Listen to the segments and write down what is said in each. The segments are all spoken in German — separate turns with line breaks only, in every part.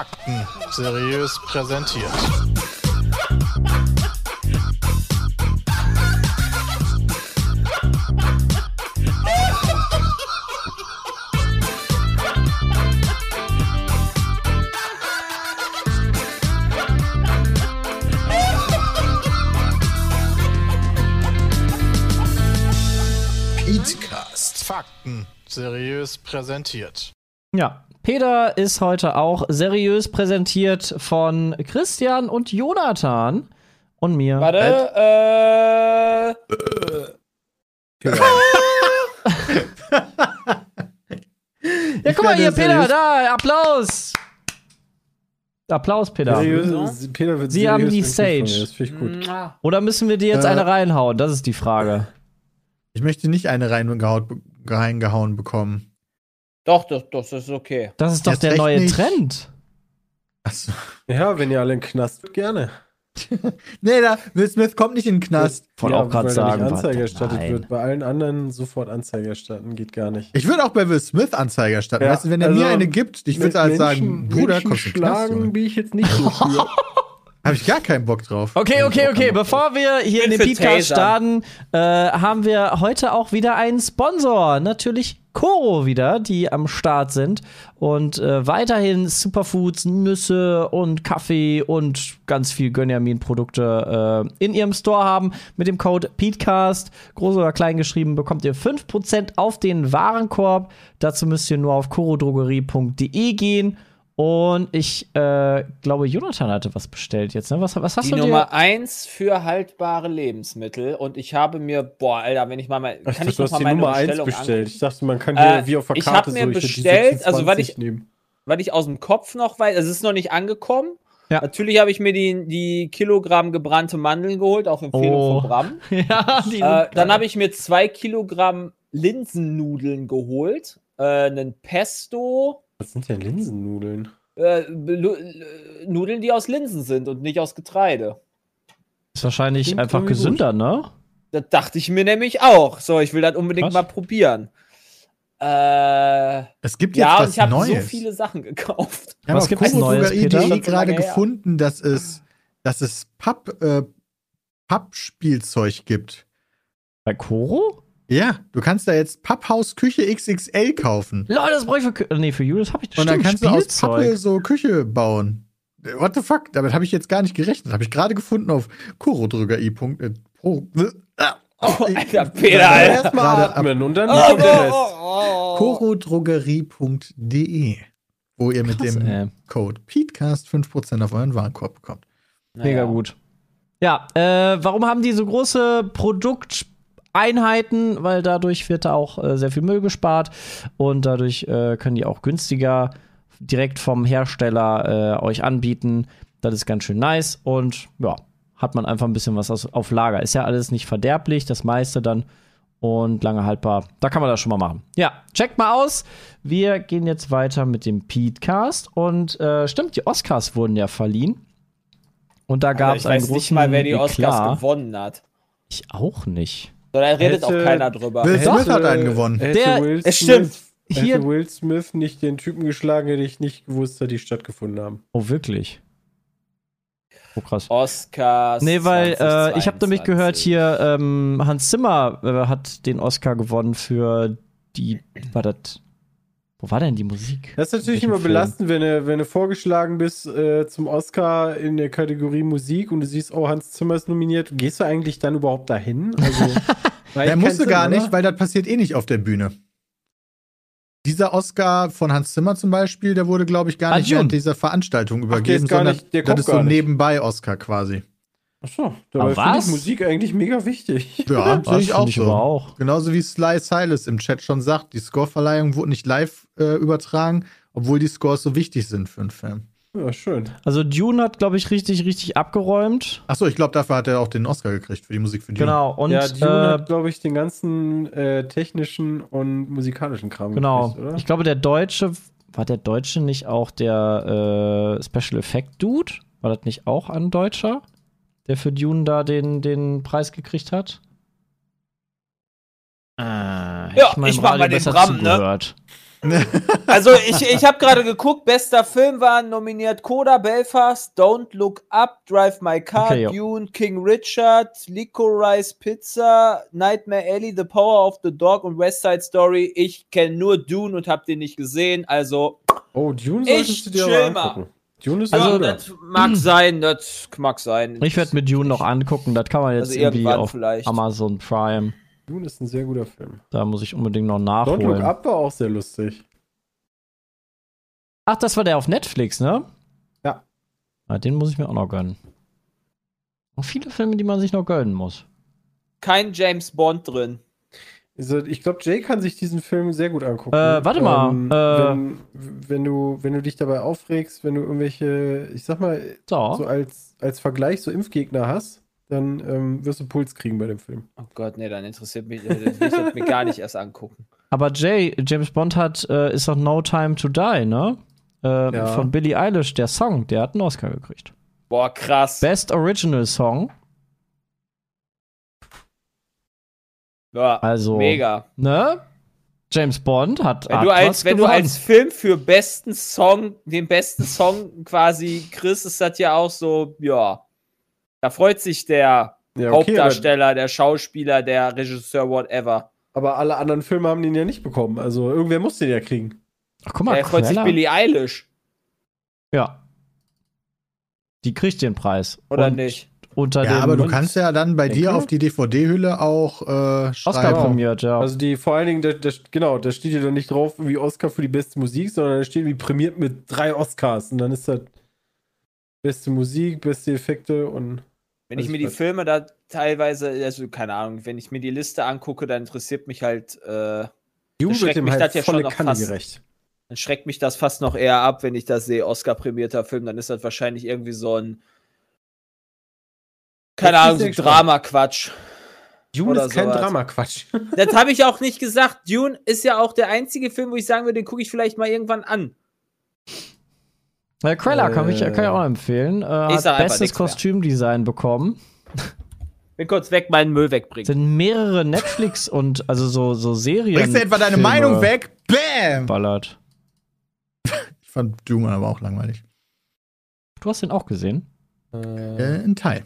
Fakten seriös präsentiert.
Petecast.
Fakten seriös präsentiert.
Ja, Peter ist heute auch seriös präsentiert von Christian und Jonathan und mir.
Warte, äh.
Halt.
ja, guck mal hier, Peter, da, Applaus. Applaus, Peter.
Seriös-
Peter wird
Sie seriös, haben die wenn ich Stage. von mir, das
Das finde ich gut.
mua.
Oder müssen wir dir jetzt
Äh.
eine reinhauen? Das ist die Frage.
Ich möchte nicht eine reingehaut, reingehauen bekommen.
Doch, doch, doch, das ist okay.
Das ist doch
Jetzt
der
echt
neue
nicht.
Trend.
Achso.
Ja, wenn ihr alle in den Knast, gerne.
Nee, da, Will Smith kommt nicht in den Knast.
Wollte
ja,
auch gerade
weil da
sagen.
Nicht Anzeige
warte,
erstattet
nein.
wird. Bei allen anderen sofort Anzeige erstatten, geht gar nicht.
Ich würde auch bei Will Smith Anzeige erstatten.
Ja,
weißt du, wenn er
also,
mir eine gibt, ich würde halt
Menschen-
sagen, Bruder,
Menschen
kommst du in den Knast.
schlagen
Junge.
bin ich jetzt nicht so für.
Hab ich gar keinen Bock drauf. Also,
Okay,
Hab ich
okay,
auch
okay.
keinen Bock
Bevor wir hier in
Bin
den
für
Podcast starten,
Tasern.
äh, haben wir heute auch wieder einen Sponsor. Natürlich Coro wieder, die am Start sind. Und äh, weiterhin Superfoods, Nüsse und Kaffee und ganz viel Gönjamin-Produkte äh, in ihrem Store haben. Mit dem Code PETECAST, groß oder klein geschrieben, bekommt ihr 5% auf den Warenkorb. Dazu müsst ihr nur auf corodrogerie.de gehen. Und ich äh, glaube, Jonathan hatte was bestellt jetzt. Ne? Was, was hast
Die
du dir?
Nummer 1 für haltbare Lebensmittel. Und ich habe mir, boah, Alter, wenn ich mal mal.
Ich
kann
dachte,
ich
du
noch
hast
mal
die
meine
Nummer 1
Bestellung An,
bestellt. Ich dachte, man kann hier
Äh,
wie auf der
ich
Karte
hab mir
solche, die
bestellt, also, weil
26
ich-
nehmen.
weil ich aus dem Kopf noch weiß, es ist noch nicht angekommen.
Ja.
Natürlich habe ich mir die, die Kilogramm gebrannte Mandeln geholt, auf Empfehlung
Oh.
von Bram.
Ja, die
Äh, dann habe ich mir zwei Kilogramm Linsennudeln geholt, äh, einen Pesto,
Was sind denn Linsennudeln?
äh, Lu- äh, Nudeln, die aus Linsen sind und nicht aus Getreide.
ist wahrscheinlich
Klingt
einfach
irgendwie gut.
gesünder, ne?
Das dachte ich mir nämlich auch. So, ich will das unbedingt
Krass.
mal probieren. Äh,
drauf. Es gibt jetzt
ja, und
was
ich habe so
Neues.
viele Sachen gekauft.
Ja,
Was
auf
gibt's
Kuchen
Neues,
sogar Idee
Peter?
Schon so lange
gerade
her.
gefunden, dass es, dass es Papp, äh, Pappspielzeug gibt.
Bei Koro?
Ja, du kannst da jetzt Papphausküche XXL kaufen.
Leute, das brauche ich für. Kü- äh, Nee, für Julius habe ich das
Und dann
stimmt,
kannst du aus
Spielzeug.
Pappe so Küche bauen. What the fuck? Damit habe ich jetzt gar nicht gerechnet. Habe ich gerade gefunden auf kurodrügeri. Äh, pro- Ah,
Oh, Alter,
Ja,
Peter, Alter.
gerade ab-
Atmen und dann
Oh,
kommt der Rest.
oh, oh, oh.
korodrogerie.de, wo ihr mit
Krass,
dem
ey.
Code PETECAST 5% auf euren Warenkorb bekommt.
Mega gut. Ja, äh, warum haben die so große Produkteinheiten? Weil dadurch wird da auch äh, sehr viel Müll gespart und dadurch äh, können die auch günstiger direkt vom Hersteller äh, euch anbieten. Das ist ganz schön nice und ja, hat man einfach ein bisschen was aus, auf Lager. Ist ja alles nicht verderblich, das meiste dann und lange haltbar. Da kann man das schon mal machen. Ja, checkt mal aus. Wir gehen jetzt weiter mit dem Pete-Cast und äh, stimmt, die Oscars wurden ja verliehen. Und da
Alter,
gab
ich
es einen
weiß
großen
nicht mal, wer die Oscars
Eklat.
gewonnen hat.
Ich auch nicht.
So, da redet auch
Hätte-
keiner drüber.
Will
Hätte-
Smith hat einen gewonnen.
hätte
Der-
Will
es stimmt.
Smith- Hätte
Hier-
Will Smith nicht den Typen geschlagen, hätte ich nicht gewusst, dass die stattgefunden haben.
Oh, wirklich? Oh, krass.
Oscars.
Nee, weil äh, ich habe nämlich
2022.
gehört, hier ähm, Hans Zimmer äh, hat den Oscar gewonnen für die. War das. Wo war denn die Musik? Oh,
Das ist natürlich
Welchen
immer
Film?
belastend, wenn du, wenn du vorgeschlagen bist äh, zum Oscar in der Kategorie Musik und du siehst, oh, Hans Zimmer ist nominiert. Gehst du eigentlich dann überhaupt dahin? Also,
Er musste Äh, gar
ne?
nicht, weil das passiert eh nicht auf der Bühne. Dieser Oscar von Hans Zimmer zum Beispiel, der wurde, glaube ich, gar nicht
Adjun.
während dieser Veranstaltung
der
übergeben,
ist gar
sondern
nicht- der
das
kommt
ist so
gar
ein
nicht.
Nebenbei-Oscar quasi.
Achso,
Aber
dabei finde
was?
ich Musik eigentlich mega wichtig.
Ja,
Was?
sehe ich auch
Find ich aber
so.
auch.
Genauso wie Sly Silas im Chat schon sagt, die Scoreverleihung wurde nicht live äh, übertragen, obwohl die Scores so wichtig sind für einen Film.
Ja, schön.
Also, Dune hat, glaube ich, richtig, richtig abgeräumt.
Achso, ich glaube, dafür hat er auch den Oscar gekriegt für die Musik für Dune.
Genau. Und
ja, Dune
äh,
hat, glaube ich, den ganzen äh, technischen und musikalischen Kram
Genau.
gekriegt, oder?
Ich glaube, der Deutsche, war der Deutsche nicht auch der äh, Special Effect Dude? War das nicht auch ein Deutscher, der für Dune da den, den Preis gekriegt hat? Äh, hätte
Ja,
im
ich mach mal
Radio
den
besser
Bram, ne?
zugehört.
Also ich, ich habe gerade geguckt, bester Film waren nominiert Coda, Belfast, Don't Look Up, Drive My Car,
Okay, jo.
Dune, King Richard, Licorice Pizza, Nightmare Alley, The Power of the Dog und West Side Story. Ich kenne nur Dune und habe den nicht gesehen, also
Oh, Dune
Ich
solltest du dir
chill
aber
mal.
angucken. Dune ist
also,
also,
das mag sein, das mag sein.
Ich werde mit Dune noch angucken, das kann man jetzt
Also
irgendwie
irgendwann
auf
vielleicht.
Amazon Prime.
Dune ist ein sehr guter Film.
Da muss ich unbedingt noch
Don't Look
nachholen.
Up war auch sehr lustig.
Ach, das war der auf Netflix, ne?
Ja.
Ah, den muss ich mir auch noch gönnen. Und viele Filme, die man sich noch gönnen muss.
kein James Bond drin.
Also, ich glaube, Jay kann sich diesen Film sehr gut angucken. Ähm,
Äh, warte mal, äh,
wenn, wenn, du, wenn du dich dabei aufregst, wenn du irgendwelche, ich sag mal,
So.
so als, als Vergleich so Impfgegner hast, dann ähm, wirst du Puls kriegen bei dem Film.
Oh Gott, nee, dann interessiert mich, dann will ich das mir gar nicht erst angucken.
Aber Jay, James Bond hat, äh, ist doch No Time to Die, ne? Äh,
Ja.
Von Billie Eilish, der Song, der hat einen Oscar gekriegt.
Boah, krass.
Best Original Song.
Ja,
Also,
mega.
ne? James Bond hat.
Wenn
hat
du, als,
was
wenn du
gewonnen.
als Film für besten Song, den besten Song quasi kriegst, ist das ja auch so, ja. Da freut sich der
Ja, aber,
Hauptdarsteller, der Schauspieler, der Regisseur, whatever.
aber alle anderen Filme haben den ja nicht bekommen. Also irgendwer muss den ja kriegen.
Ach, guck mal,
der freut sich
Cruella.
Billie Eilish,
Ja. Die kriegt den Preis.
oder
Und
nicht?
Unter
Ja,
dem
aber du kannst ja dann bei
Denke
dir
mal.
auf die DVD-Hülle auch äh,
Oscar
schreiben.
prämiert, ja.
Also die vor allen Dingen, da, da, genau, da steht ja dann nicht drauf wie Oscar für die beste Musik, sondern da steht wie prämiert mit drei Oscars. Und dann ist das beste Musik, beste Effekte und
Wenn ich
Also
mir
ich
die
weiß-
Filme da teilweise, also keine Ahnung, wenn ich mir die Liste angucke, dann interessiert mich halt, äh,
Dune
schreckt
wird dem
mich
halt
das ja schon
volle
noch
Kanne
fast.
gerecht.
dann schreckt mich das fast noch eher ab, wenn ich da sehe, Oscar-prämierter Film, dann ist das wahrscheinlich irgendwie so ein, keine
Ich bin
Ahnung, so
sehr
ein
gespannt.
Drama-Quatsch.
Dune
Oder Äh.
ist kein
sowas.
Drama-Quatsch.
Das habe ich auch nicht gesagt. Dune ist ja auch der einzige Film, wo ich sagen würde, den gucke ich vielleicht mal irgendwann an.
Äh, Cruella kann, ich,
Äh,
kann ich auch empfehlen. Äh,
ich
hat
sag einfach
bestes
nichts mehr.
Kostümdesign bekommen.
Bin kurz weg, meinen Müll wegbringen.
Sind mehrere Netflix und also so, so Serien.
Bringst du etwa deine
Filme
Meinung weg? Bam!
Ballert.
Ich fand Doom aber auch langweilig.
Du hast den auch gesehen.
Äh, ein Teil.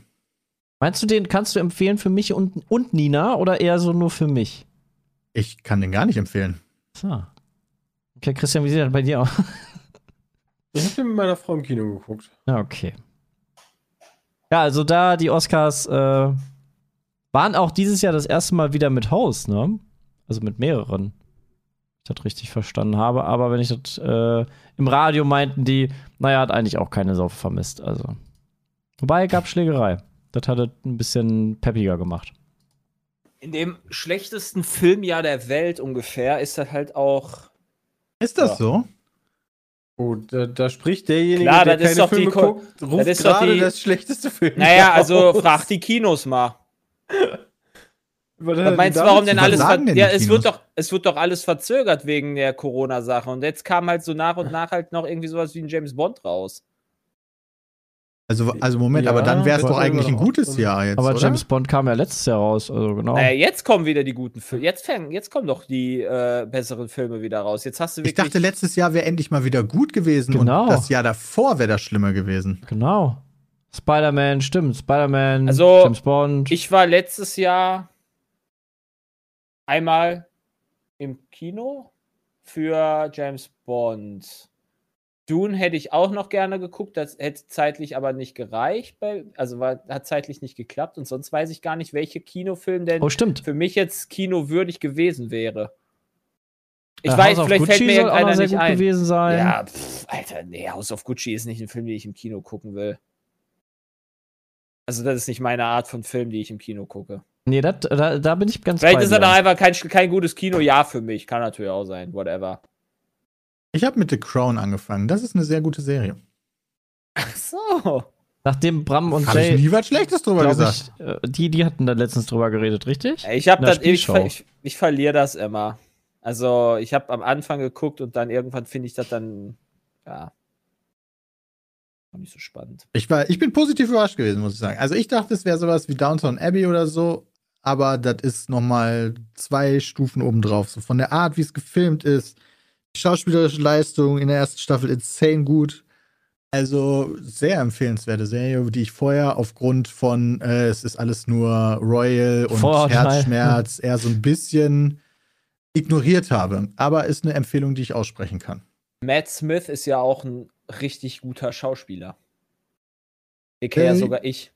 Meinst du den, kannst du empfehlen für mich und, und Nina oder eher so nur für mich?
Ich kann den gar nicht empfehlen. Ah.
So. Okay, Christian, wie sieht das bei dir aus?
Ich habe den mit meiner Frau im Kino geguckt.
Ja, okay. Ja, also da die Oscars äh, waren auch dieses Jahr das erste Mal wieder mit Host, ne? Also mit mehreren. Wenn ich das richtig verstanden habe. Aber wenn ich das äh, im Radio meinten, die, naja, hat eigentlich auch keine Saufe vermisst. Also. Wobei gab Schlägerei. Das hat es ein bisschen peppiger gemacht.
In dem schlechtesten Filmjahr der Welt ungefähr ist das halt auch.
Ist das
Ja.
so?
Oh, da, da spricht derjenige,
Klar,
der
das ist
keine
doch die
Filme
Ko-
guckt, ruft
ist doch
gerade
die-
das schlechteste Film.
Naja, also
aus.
frag die Kinos mal.
Was hat er
Was meinst du,
damit
warum
zu
denn
tun?
alles?
Was
ver-
sagen denn die
ja, es wird,
Kinos?
doch, es wird doch alles verzögert wegen der Corona-Sache. Und jetzt kam halt so nach und nach halt noch irgendwie sowas wie ein James Bond raus.
Also, also Moment,
Ja,
aber dann wäre es
aber
doch eigentlich ein
irgendwann auch
gutes
schon.
Jahr jetzt,
Aber
oder?
James Bond kam ja letztes Jahr raus, also genau.
Naja, jetzt kommen wieder die guten Filme. Jetzt, fang- jetzt kommen doch die äh, besseren Filme wieder raus. Jetzt hast du
ich
wirklich.
dachte, letztes Jahr wäre endlich mal wieder gut gewesen
Genau.
und das Jahr davor wäre das schlimmer gewesen.
Genau. Spider-Man, stimmt. Spider-Man,
Also,
James Bond.
Ich war letztes Jahr einmal im Kino für James Bond. Dune hätte ich auch noch gerne geguckt, das hätte zeitlich aber nicht gereicht, bei, also war, hat zeitlich nicht geklappt und sonst weiß ich gar nicht, welche Kinofilm denn
oh, stimmt.
für mich jetzt kinowürdig gewesen wäre. Ich
Äh, House
weiß,
of
vielleicht fällt
Gucci
mir
soll auch noch
irgendeiner
sehr
nicht
gut
ein.
gewesen sein.
Ja, pff, Alter, nee, House of Gucci ist nicht ein Film, den ich im Kino gucken will. Also das ist nicht meine Art von Film, die ich im Kino gucke.
Nee, dat, da, da bin ich ganz
Vielleicht
bei
ist
dir.
er doch einfach kein, kein gutes Kinojahr für mich. Kann natürlich auch sein, whatever.
Ich habe mit The Crown angefangen. Das ist eine sehr gute Serie.
Ach so.
Nachdem Bram und
Habe ich
Jay,
nie was Schlechtes drüber
glaub
gesagt.
ich, äh, die, die hatten da letztens drüber geredet, richtig?
Ich hab
Na,
das, ich,
Spielshow.
ver- ich, ich verliere das immer. Also ich habe am Anfang geguckt und dann irgendwann finde ich das dann, ja, nicht so spannend.
Ich, war, ich bin positiv überrascht gewesen, muss ich sagen. Also ich dachte, es wäre sowas wie Downtown Abbey oder so, aber das ist nochmal zwei Stufen obendrauf. So von der Art, wie es gefilmt ist,
Die schauspielerische Leistung in der ersten Staffel insane gut.
Also sehr empfehlenswerte Serie, die ich vorher aufgrund von äh, es ist alles nur Royal und
Vorurteil.
Herzschmerz eher so ein bisschen ignoriert habe. Aber ist eine Empfehlung, die ich aussprechen kann.
Matt Smith ist ja auch ein richtig guter Schauspieler. Den kenne ja
Äh,
sogar ich.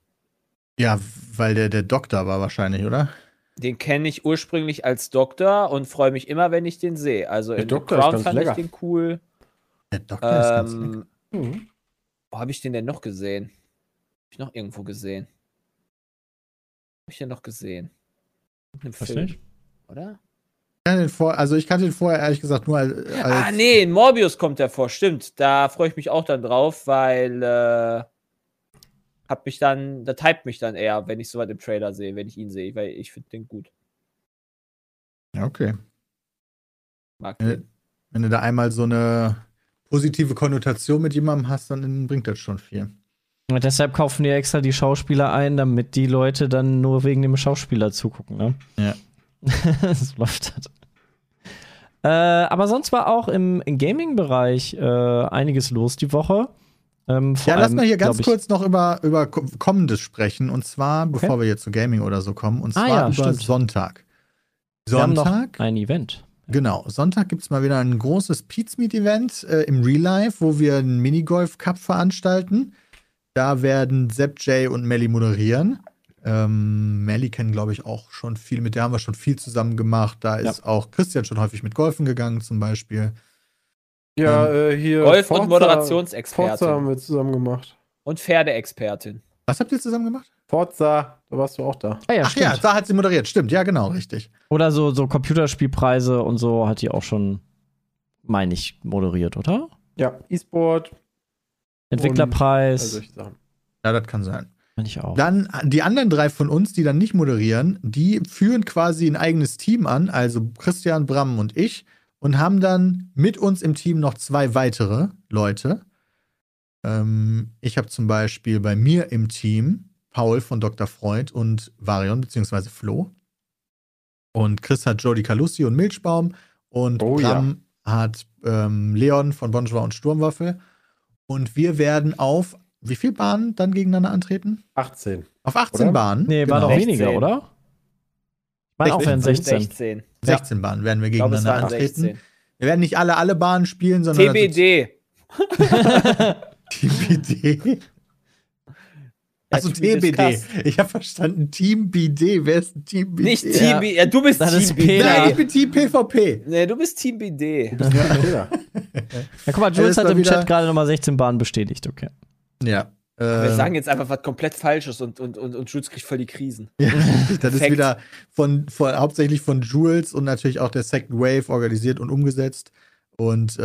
Ja, weil der der Doktor war wahrscheinlich, oder?
Den kenne ich ursprünglich als Doktor und freue mich immer, wenn ich den sehe. Also
Der
in
Doktor
The
ist
Crown
ganz
fand
lecker.
ich den cool.
Der Doktor ist ganz lecker.
Ähm,
Mhm.
wo habe ich den denn noch gesehen? Habe ich noch irgendwo gesehen? Habe ich den noch gesehen? In einem
Weiß
Film,
nicht.
oder?
Ich kannte den vor, also ich kannte den vorher ehrlich gesagt nur als,
Ah,
als
nee, in Morbius kommt er vor, stimmt. Da freue ich mich auch dann drauf, weil äh, hab mich dann, da typt mich dann eher, wenn ich soweit im Trailer sehe, wenn ich ihn sehe, weil ich finde den gut.
ja, okay.
Mag
Äh,
den.
Wenn du da einmal so eine positive Konnotation mit jemandem hast, dann bringt das schon viel.
Und deshalb kaufen die extra die Schauspieler ein, damit die Leute dann nur wegen dem Schauspieler zugucken, ne?
Ja.
das läuft halt. Äh, aber sonst war auch im Gaming-Bereich äh, einiges los die Woche. Ähm, vor
Ja, lass
allem,
mal hier ganz
glaub ich-
kurz noch über, über Ko- Kommendes sprechen. Und zwar, bevor wir jetzt zu Gaming oder so kommen, und
Ah,
zwar
ja,
über
stimmt.
Sonntag.
Wir haben noch
Sonntag,
ein Event.
genau. Sonntag gibt es mal wieder ein großes Pizmeet-Event äh, im Real Life, wo wir einen Minigolf-Cup veranstalten. Da werden Sepp J und Melly moderieren. Ähm, Melly kennen, glaube ich, auch schon viel. Mit der haben wir schon viel zusammen gemacht. Da ist auch Christian schon häufig mit Golfen gegangen, zum Beispiel.
Ja, äh, hier.
Golf- und
Forza- Forza haben
Moderationsexpertin
wir zusammen gemacht.
und Pferdeexpertin.
Was habt ihr zusammen gemacht?
Forza, da warst du auch da.
Ah, ja,
Ach
stimmt.
ja, da hat sie moderiert. Stimmt, ja, genau, richtig.
Oder so, so Computerspielpreise und so hat die auch schon, meine ich, moderiert, oder?
Ja, E-Sport, also all
also
Entwicklerpreis,
solche Sachen.
Ja, das kann sein.
meine ich auch.
Dann die anderen drei von uns, die dann nicht moderieren, die führen quasi ein eigenes Team an, also Christian, Bram und ich, und haben dann mit uns im Team noch zwei weitere Leute. Ähm, ich habe zum Beispiel bei mir im Team Paul von Dr. Freud und Varion beziehungsweise Flo. Und Chris hat Jody Calussi und Milchbaum. Und
Oh ja.
Bram hat ähm, Leon von Bonjour und Sturmwaffel. Und wir werden auf wie viel Bahnen dann gegeneinander antreten?
18.
Auf 18
Oder?
Bahnen.
Nee, war
genau.
doch
16.
weniger, oder? Ich meine, auch wären 16.
16. Ich
16 Bahnen werden wir
glaube, es
gegeneinander
waren
antreten.
16.
Wir werden nicht alle alle Bahnen spielen, sondern
TBD.
also TBD. Also
Ja, to be
TBD.
discussed.
Ich habe verstanden Team BD. Wer ist denn Team BD?
Nicht
Ja.
TBD. Ja, du bist
Das ist
Team BD.
Peter.
Nein, ich bin Team PvP.
Nee, du bist Team BD.
Ja,
Ja, guck mal,
Alles
Jules hat
mal
im
Also wieder-
Chat gerade nochmal 16 Bahnen bestätigt, okay.
Ja.
Wir
ähm,
sagen jetzt einfach was komplett Falsches und, und, und, und Schutz kriegt voll die Krisen.
Ja, richtig. Das ist
Perfekt.
wieder von, von hauptsächlich von Jules und natürlich auch der Second Wave organisiert und umgesetzt. Und äh,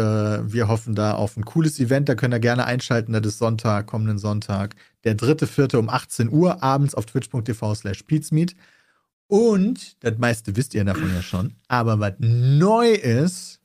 wir hoffen da auf ein cooles Event. Da könnt ihr gerne einschalten. Das ist Sonntag, kommenden Sonntag, der dritte, vierte um 18 Uhr abends auf twitch.tv slash peatsmeet. Und das meiste wisst ihr davon ja schon. Aber was neu ist,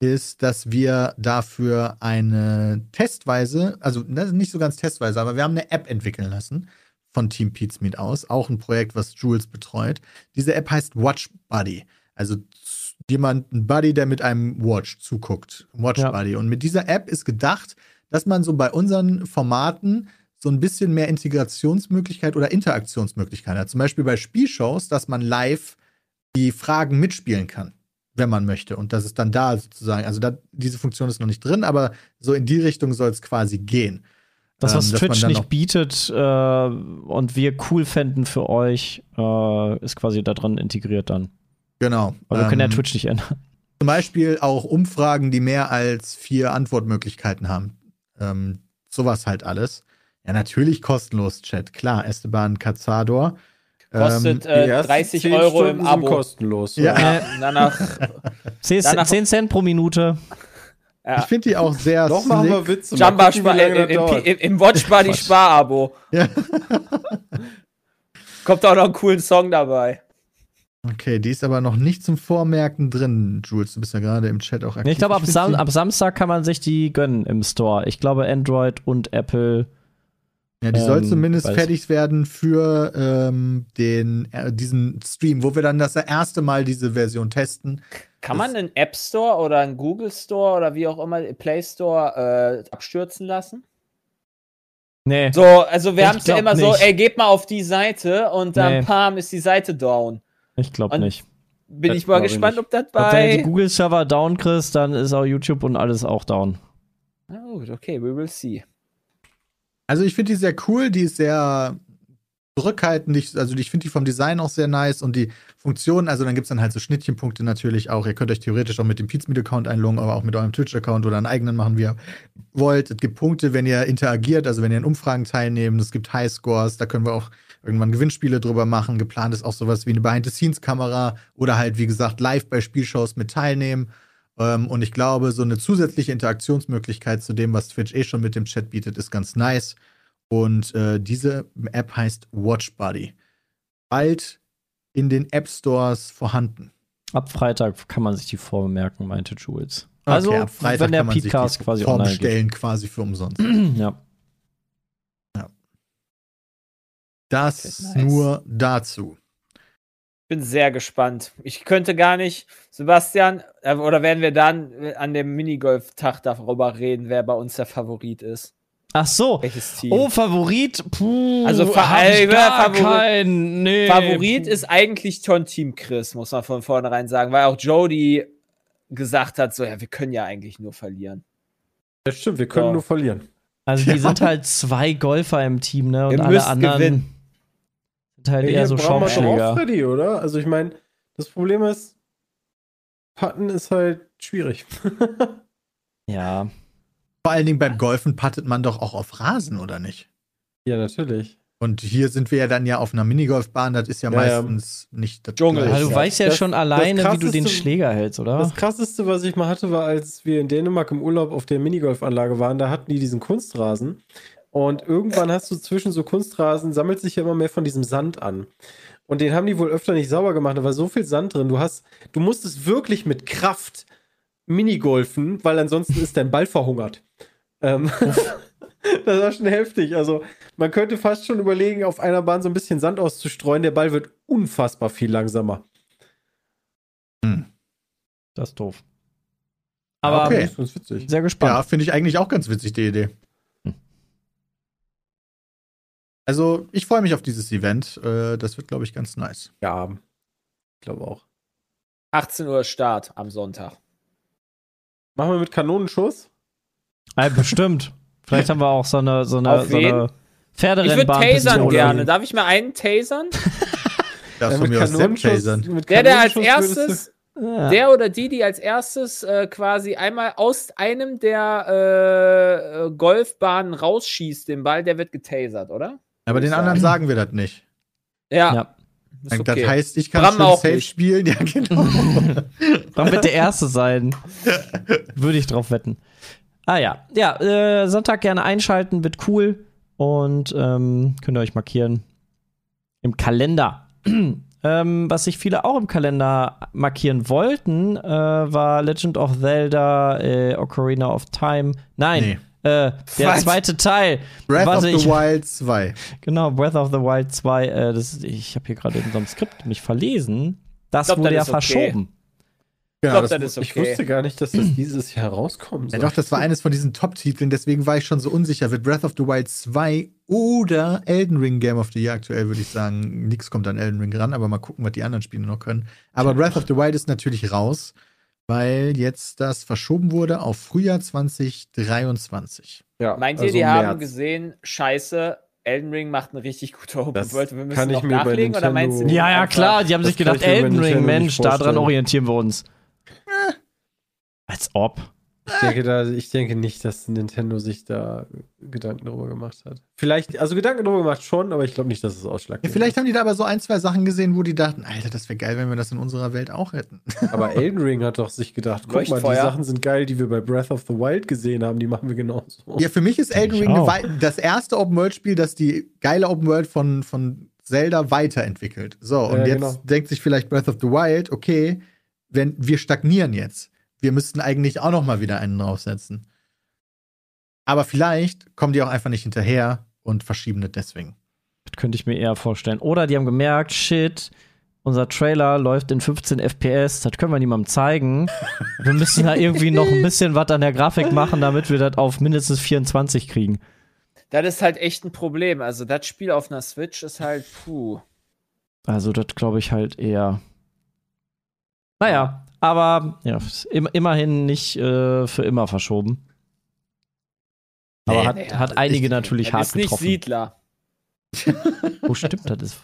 ist, dass wir dafür eine testweise, also ne, nicht so ganz testweise, aber wir haben eine App entwickeln lassen von Team Pizmeet aus, auch ein Projekt, was Jules betreut. Diese App heißt Watch Buddy. Also z- jemand, ein Buddy, der mit einem Watch zuguckt. Watch
Ja.
Buddy. Und mit dieser App ist gedacht, dass man so bei unseren Formaten so ein bisschen mehr Integrationsmöglichkeit oder Interaktionsmöglichkeit hat. Zum Beispiel bei Spielshows, dass man live die Fragen mitspielen kann, wenn man möchte. Und das ist dann da sozusagen. Also da, diese Funktion ist noch nicht drin, aber so in die Richtung soll es quasi gehen.
Das,
Ähm,
was
dass man
Twitch
dann
nicht
noch-
bietet äh, und wir cool fänden für euch, äh, ist quasi da drin integriert dann.
Genau.
Weil wir können ja
Ähm,
Twitch nicht ändern.
Zum Beispiel auch Umfragen, die mehr als vier Antwortmöglichkeiten haben. Ähm, sowas halt alles. Ja, natürlich kostenlos, Chat. Klar, Esteban Cazador. Ähm,
Kostet
Ähm, Die
äh,
ersten
30
10
Euro
Stunden
im
sind
Abo.
kostenlos.
Ja.
Ja, danach.
10,
danach-
10 Cent pro Minute.
Ich finde die auch sehr
Noch machen wir
slick.
Witze. mal
Jamba
gucken, wie
Spar
lange das
im, im,
dauert.
im, im Watch Party Sparabo.
Ja.
Kommt auch noch einen coolen Song dabei.
Okay, die ist aber noch nicht zum Vormerken drin, Jules. Du bist ja gerade im Chat auch aktiv.
Ich glaube, ab,
find
Sam
die-
ab Samstag kann man sich die gönnen im Store. Ich glaube, Android und Apple.
Ja, die soll
Ähm,
zumindest
weiß-
fertig werden für ähm, den, äh, diesen Stream, wo wir dann das erste Mal diese Version testen.
Kann man einen App Store oder einen Google Store oder wie auch immer, Play Store äh, abstürzen lassen?
Nee.
So, also wir
Ich
haben es ja
glaub
immer so,
nicht.
ey, geht mal auf die Seite und dann
Nee.
pam, ist die Seite down.
Ich glaube
Und-
nicht.
Bin
Das
ich mal
glaub ich
gespannt,
nicht.
ob das
Ob wenn die
bei.
Google-Server down kriegst, dann ist auch YouTube und alles auch down.
Na gut, okay, we will see.
Also ich finde die sehr cool, die ist sehr zurückhaltend, ich, also ich finde die vom Design auch sehr nice und die Funktionen, also dann gibt es dann halt so Schnittchenpunkte natürlich auch. Ihr könnt euch theoretisch auch mit dem Pizmeet-Account einloggen, aber auch mit eurem Twitch-Account oder einen eigenen machen, wie ihr wollt. Es gibt Punkte, wenn ihr interagiert, also wenn ihr in Umfragen teilnehmt, es gibt Highscores, da können wir auch irgendwann Gewinnspiele drüber machen. Geplant ist auch sowas wie eine Behind-the-Scenes-Kamera oder halt, wie gesagt, live bei Spielshows mit teilnehmen. Ähm, und ich glaube, so eine zusätzliche Interaktionsmöglichkeit zu dem, was Twitch eh schon mit dem Chat bietet, ist ganz nice. Und äh, diese App heißt WatchBuddy. Bald in den App Stores vorhanden.
Ab Freitag kann man sich die vormerken, meinte Jules.
Okay,
Also,
ab Freitag
wenn der
kann man sich die
Podcast quasi online geht.
vorbestellen, quasi für umsonst.
ja.
Das
Nice.
nur dazu.
Bin sehr gespannt. Ich könnte gar nicht, Sebastian, äh, oder werden wir dann äh, an dem Minigolf-Tag darüber reden, wer bei uns der Favorit ist?
Ach so.
Welches Team?
Oh, Favorit. Puh,
Also, Fa-
hab ich
ey,
gar
Favorit-
keinen. Nee.
Favorit ist eigentlich schon Team Chris, muss man von vornherein sagen, weil auch Jody gesagt hat, so, ja, wir können ja eigentlich nur verlieren.
Das stimmt, wir können
Ja.
nur verlieren.
Also die
Ja.
sind halt zwei Golfer im Team, ne? Und
Ihr
alle
müsst
anderen
gewinnen.
sind halt eher so
brauchen wir doch auch
Schaumschläger.
Freddy, oder? Also ich meine, das Problem ist, Patten ist halt schwierig.
Ja.
Vor allen Dingen beim Golfen puttet man doch auch auf Rasen, oder nicht?
ja, natürlich.
Und hier sind wir ja dann ja auf einer Minigolfbahn, das ist ja,
Ja, ja.
meistens nicht das
Dschungel.
Also,
Gleiche.
du weißt ja
Das-
schon
das
alleine, wie du den
krasseste-
Schläger hältst, oder?
Das krasseste, was ich mal hatte, war, als wir in Dänemark im Urlaub auf der Minigolfanlage waren, da hatten die diesen Kunstrasen. Und irgendwann hast du zwischen so Kunstrasen, sammelt sich ja immer mehr von diesem Sand an. Und den haben die wohl öfter nicht sauber gemacht. Da war so viel Sand drin. Du hast, du musstest wirklich mit Kraft Minigolfen, weil ansonsten ist dein Ball verhungert. Ähm, das war schon heftig. Also, man könnte fast schon überlegen, auf einer Bahn so ein bisschen Sand auszustreuen. Der Ball wird unfassbar viel langsamer.
Das ist doof. Aber
Okay.
Das ist ganz witzig.
sehr
Ja,
gespannt.
finde ich eigentlich auch ganz witzig, die Idee.
Hm.
Also, ich freue mich auf dieses Event. Äh, Das wird, glaube ich, ganz nice.
Ja, ich glaube auch.
18 Uhr Start am Sonntag.
Machen wir mit Kanonenschuss?
Ja, bestimmt. Vielleicht haben wir auch so eine, so eine,
Auf
so eine
wen? Ich würde
Pferderennbahn.
tasern
Pistole.
gerne. Darf ich mal einen tasern?
Darfst du
Äh, mit
mir aus Sepp tasern?
mit
Der, der als
Kanonenschuss würdest
erstes,
Ja.
der oder die, die als erstes äh, quasi einmal aus einem der äh, äh, Golfbahnen rausschießt, den Ball, der wird getasert, oder?
Aber den anderen sagen wir das nicht.
Ja.
Ja.
Ist
Das
okay.
heißt, ich kann
Bram
schon
auch
safe
nicht.
spielen. Ja, genau.
Dann wird der Erste sein. Würde ich drauf wetten. Ah ja. Ja, äh, Sonntag gerne einschalten, wird cool. Und ähm, könnt ihr euch markieren. Im Kalender. ähm, was sich viele auch im Kalender markieren wollten, äh, war Legend of Zelda, äh, Ocarina of Time. Nein, äh, der
Was?
zweite Teil.
Breath
Warte,
of the
ich-
Wild 2.
Genau, Breath of the Wild 2. Äh, das, ist- ich habe hier gerade in unserem Skript mich verlesen. Das
Ich glaub,
wurde ja
das ist okay.
verschoben.
Ich
Genau,
glaube,
das,
das ist
Ich
okay.
wusste gar nicht, dass das dieses Jahr rauskommt.
ja, doch, das war eines von diesen Top-Titeln, deswegen war ich schon so unsicher. Wird Breath of the Wild 2 oder Elden Ring Game of the Year aktuell, würde ich sagen. Nix kommt an Elden Ring ran, aber mal gucken, was die anderen Spiele noch können. Aber Breath of the Wild ist natürlich raus, weil jetzt das verschoben wurde auf Frühjahr 2023.
Ja,
Meint ihr,
also
die
im
haben
März.
gesehen, scheiße, Elden Ring macht eine richtig gute Open
Das
World, wir müssen
kann ich
noch
mir bei
nachlegen, oder
Nintendo-
meinst du die
Ja, ja,
einfach-
klar, die haben
Das
sich gedacht,
kann ich mir bei
Elden Ring,
Nintendo
Mensch,
nicht vorstellen.
daran orientieren wir uns. Äh. Als ob.
Ich denke, da, ich denke nicht, dass Nintendo sich da Gedanken drüber gemacht hat. Vielleicht, also Gedanken drüber gemacht schon, aber ich glaube nicht, dass es
Ja,
ausschlaggebend
vielleicht haben die da aber so ein, zwei Sachen gesehen, wo die dachten, Alter, das wäre geil, wenn wir das in unserer Welt auch hätten.
ist. Aber Elden Ring hat doch sich gedacht, guck mal, die
Leuchtfeuer.
Sachen sind geil, die wir bei Breath of the Wild gesehen haben, die machen wir genauso.
Ja, für mich ist Elden
Ich
Ring eine
auch.
wei- das erste Open-World-Spiel, das die geile Open-World von, von Zelda weiterentwickelt. So, und
Ja,
jetzt
genau.
denkt sich vielleicht Breath of the Wild, okay, wenn wir stagnieren jetzt. Wir müssten eigentlich auch noch mal wieder einen draufsetzen. Aber vielleicht kommen die auch einfach nicht hinterher und verschieben das deswegen.
Das könnte ich mir eher vorstellen. Oder die haben gemerkt, shit, Unser Trailer läuft in 15 FPS, das können wir niemandem zeigen. Wir müssen da irgendwie noch ein bisschen was an der Grafik machen, damit wir das auf mindestens 24 kriegen.
Das ist halt echt ein Problem. Also, das Spiel auf einer Switch ist halt, puh.
Also, das glaube ich halt eher. Naja, aber ja, ist im, immerhin nicht äh, für immer verschoben. Aber
Nee,
hat,
nee,
hat einige natürlich
Das
hart
ist nicht
getroffen.
Siedler.
Oh, stimmt, das ist.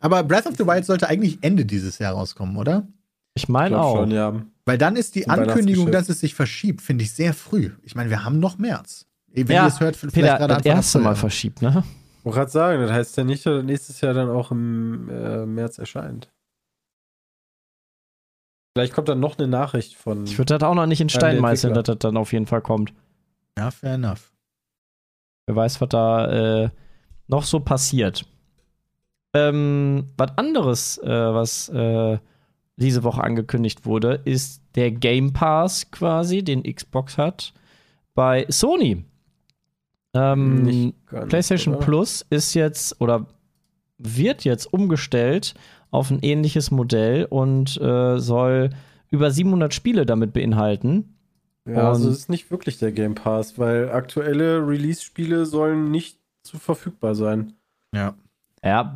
Aber Breath of the Wild sollte eigentlich Ende dieses Jahr rauskommen, oder?
Ich meine
glaub
auch.
schon, ja.
Weil dann ist die
Zum
Ankündigung,
Weihnachtsgeschäft.
dass es sich verschiebt, finde ich sehr früh. Ich meine, wir haben noch März. Wenn
Ja,
ihr es hört, vielleicht
Peter,
gerade
das
Anfang
erste Mal
April.
verschiebt, ne?
Ich wollte gerade sagen, das heißt ja nicht, dass das nächstes Jahr dann auch im äh, März erscheint. Vielleicht kommt dann noch eine Nachricht von.
Ich würde das auch noch nicht in
Ja,
Stein
der
meißeln, dass
Entwickler.
das dann auf jeden Fall kommt.
Ja, fair enough.
Wer weiß, was da äh, noch so passiert. Ähm, was anderes, äh, was äh, diese Woche angekündigt wurde, ist der Game Pass quasi, den Xbox hat, bei Sony. Ähm,
Nicht ganz,
PlayStation
oder?
Plus ist jetzt oder wird jetzt umgestellt auf ein ähnliches Modell und äh, soll über 700 Spiele damit beinhalten.
Ja, also
Und-
es ist nicht wirklich der Game Pass, weil aktuelle Release-Spiele sollen nicht zu verfügbar sein.
Ja, ja.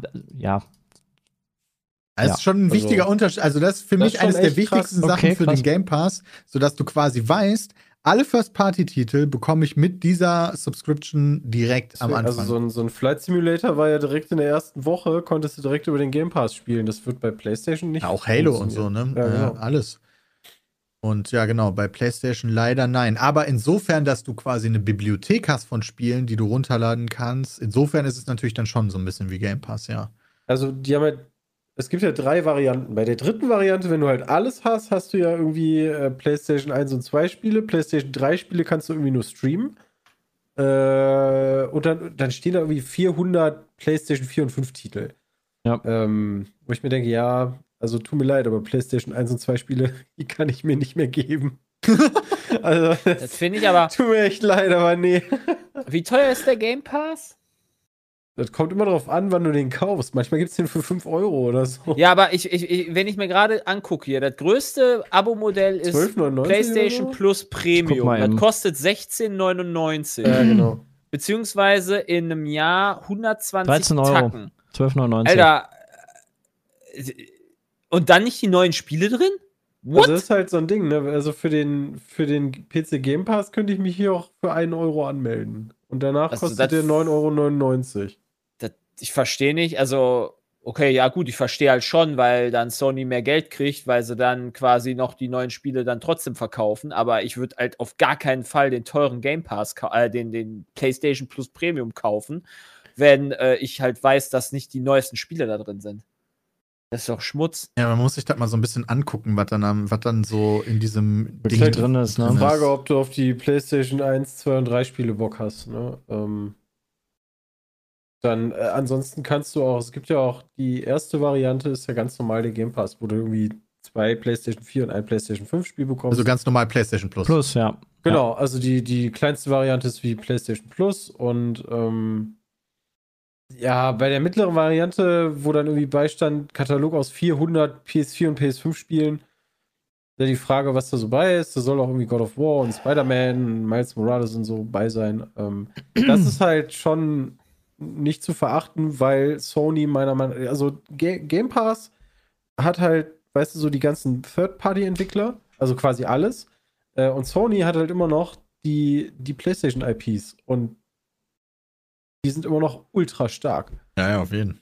Das
Ja,
ist schon ein
also-
wichtiger Unterschied. Also, das ist für
Das
mich
ist schon
eines der
echt
wichtigsten
krass.
Sachen
Okay,
für
krass.
den Game Pass, sodass du quasi weißt, alle First-Party-Titel bekomme ich mit dieser Subscription direkt am Anfang.
Also so ein, so ein Flight Simulator war ja direkt in der ersten Woche, konntest du direkt über den Game Pass spielen. Das wird bei PlayStation nicht.
Ja, auch Halo und so, ne?
Ja,
Ja,
genau.
alles. Und ja, genau, bei PlayStation leider nein. Aber insofern, dass du quasi eine Bibliothek hast von Spielen, die du runterladen kannst, insofern ist es natürlich dann schon so ein bisschen wie Game Pass, ja.
Also die haben halt, es gibt ja drei Varianten. Bei der dritten Variante, wenn du halt alles hast, hast du ja irgendwie äh, PlayStation 1 und 2 Spiele, PlayStation 3 Spiele kannst du irgendwie nur streamen. Äh, und dann, dann stehen da irgendwie 400 PlayStation 4 und 5 Titel.
Ja.
Ähm, wo ich mir denke, ja, also tut mir leid, aber PlayStation 1 und 2 Spiele, die kann ich mir nicht mehr geben. also, das
Das finde ich aber.
tut mir echt leid, aber nee.
Wie teuer ist der Game Pass?
Das kommt immer drauf an, wann du den kaufst. Manchmal gibt es den für 5 Euro oder so.
Ja, aber ich, ich, ich, wenn ich mir gerade angucke hier, das größte Abo-Modell ist
12,99 oder
PlayStation
so?
Plus
guck
Premium.
mal eben. Äh.
Das kostet 16,99.
Ja, genau.
Beziehungsweise in einem Jahr 120
13 Euro.
Tacken.
12,99.
Alter. äh, Und dann nicht die neuen Spiele drin? What?
Also das ist halt so ein Ding, ne? Also für den, für den PC Game Pass könnte ich mich hier auch für 1 Euro anmelden. Und danach
Also
kostet
das-
der 9,99 Euro.
das, ich verstehe nicht. Also, okay, ja, gut, ich verstehe halt schon, weil dann Sony mehr Geld kriegt, weil sie dann quasi noch die neuen Spiele dann trotzdem verkaufen. Aber ich würde halt auf gar keinen Fall den teuren Game Pass, ka- äh, den, den PlayStation Plus Premium kaufen, wenn äh, ich halt weiß, dass nicht die neuesten Spiele da drin sind. Das ist doch Schmutz.
Ja, man muss sich das mal so ein bisschen angucken, was dann, am- was dann so in diesem
Wirklich
halt
drin ist, ne?
ist.
Frage, ob du auf die PlayStation 1, 2 und 3 Spiele Bock hast, ne? Ähm, dann, äh, ansonsten kannst du auch, es gibt ja auch, die erste Variante ist ja ganz normal der Game Pass, wo du irgendwie zwei PlayStation 4 und ein PlayStation 5 Spiel bekommst.
Also ganz normal PlayStation Plus.
Plus, ja.
Genau, also die, die kleinste Variante ist wie PlayStation Plus und ähm, ja, bei der mittleren Variante, wo dann irgendwie beistand, Katalog aus 400 PS4 und PS5 Spielen, da die Frage, was da so bei ist, da soll auch irgendwie God of War und Spider-Man, Miles Morales und so bei sein. Ähm, das ist halt schon nicht zu verachten, weil Sony meiner Meinung nach, also Ga Game Pass hat halt, weißt du, so die ganzen Third-Party-Entwickler, also quasi alles. Äh, und Sony hat halt immer noch die, die PlayStation-IPs und die sind immer noch ultra stark.
Ja, ja, auf jeden.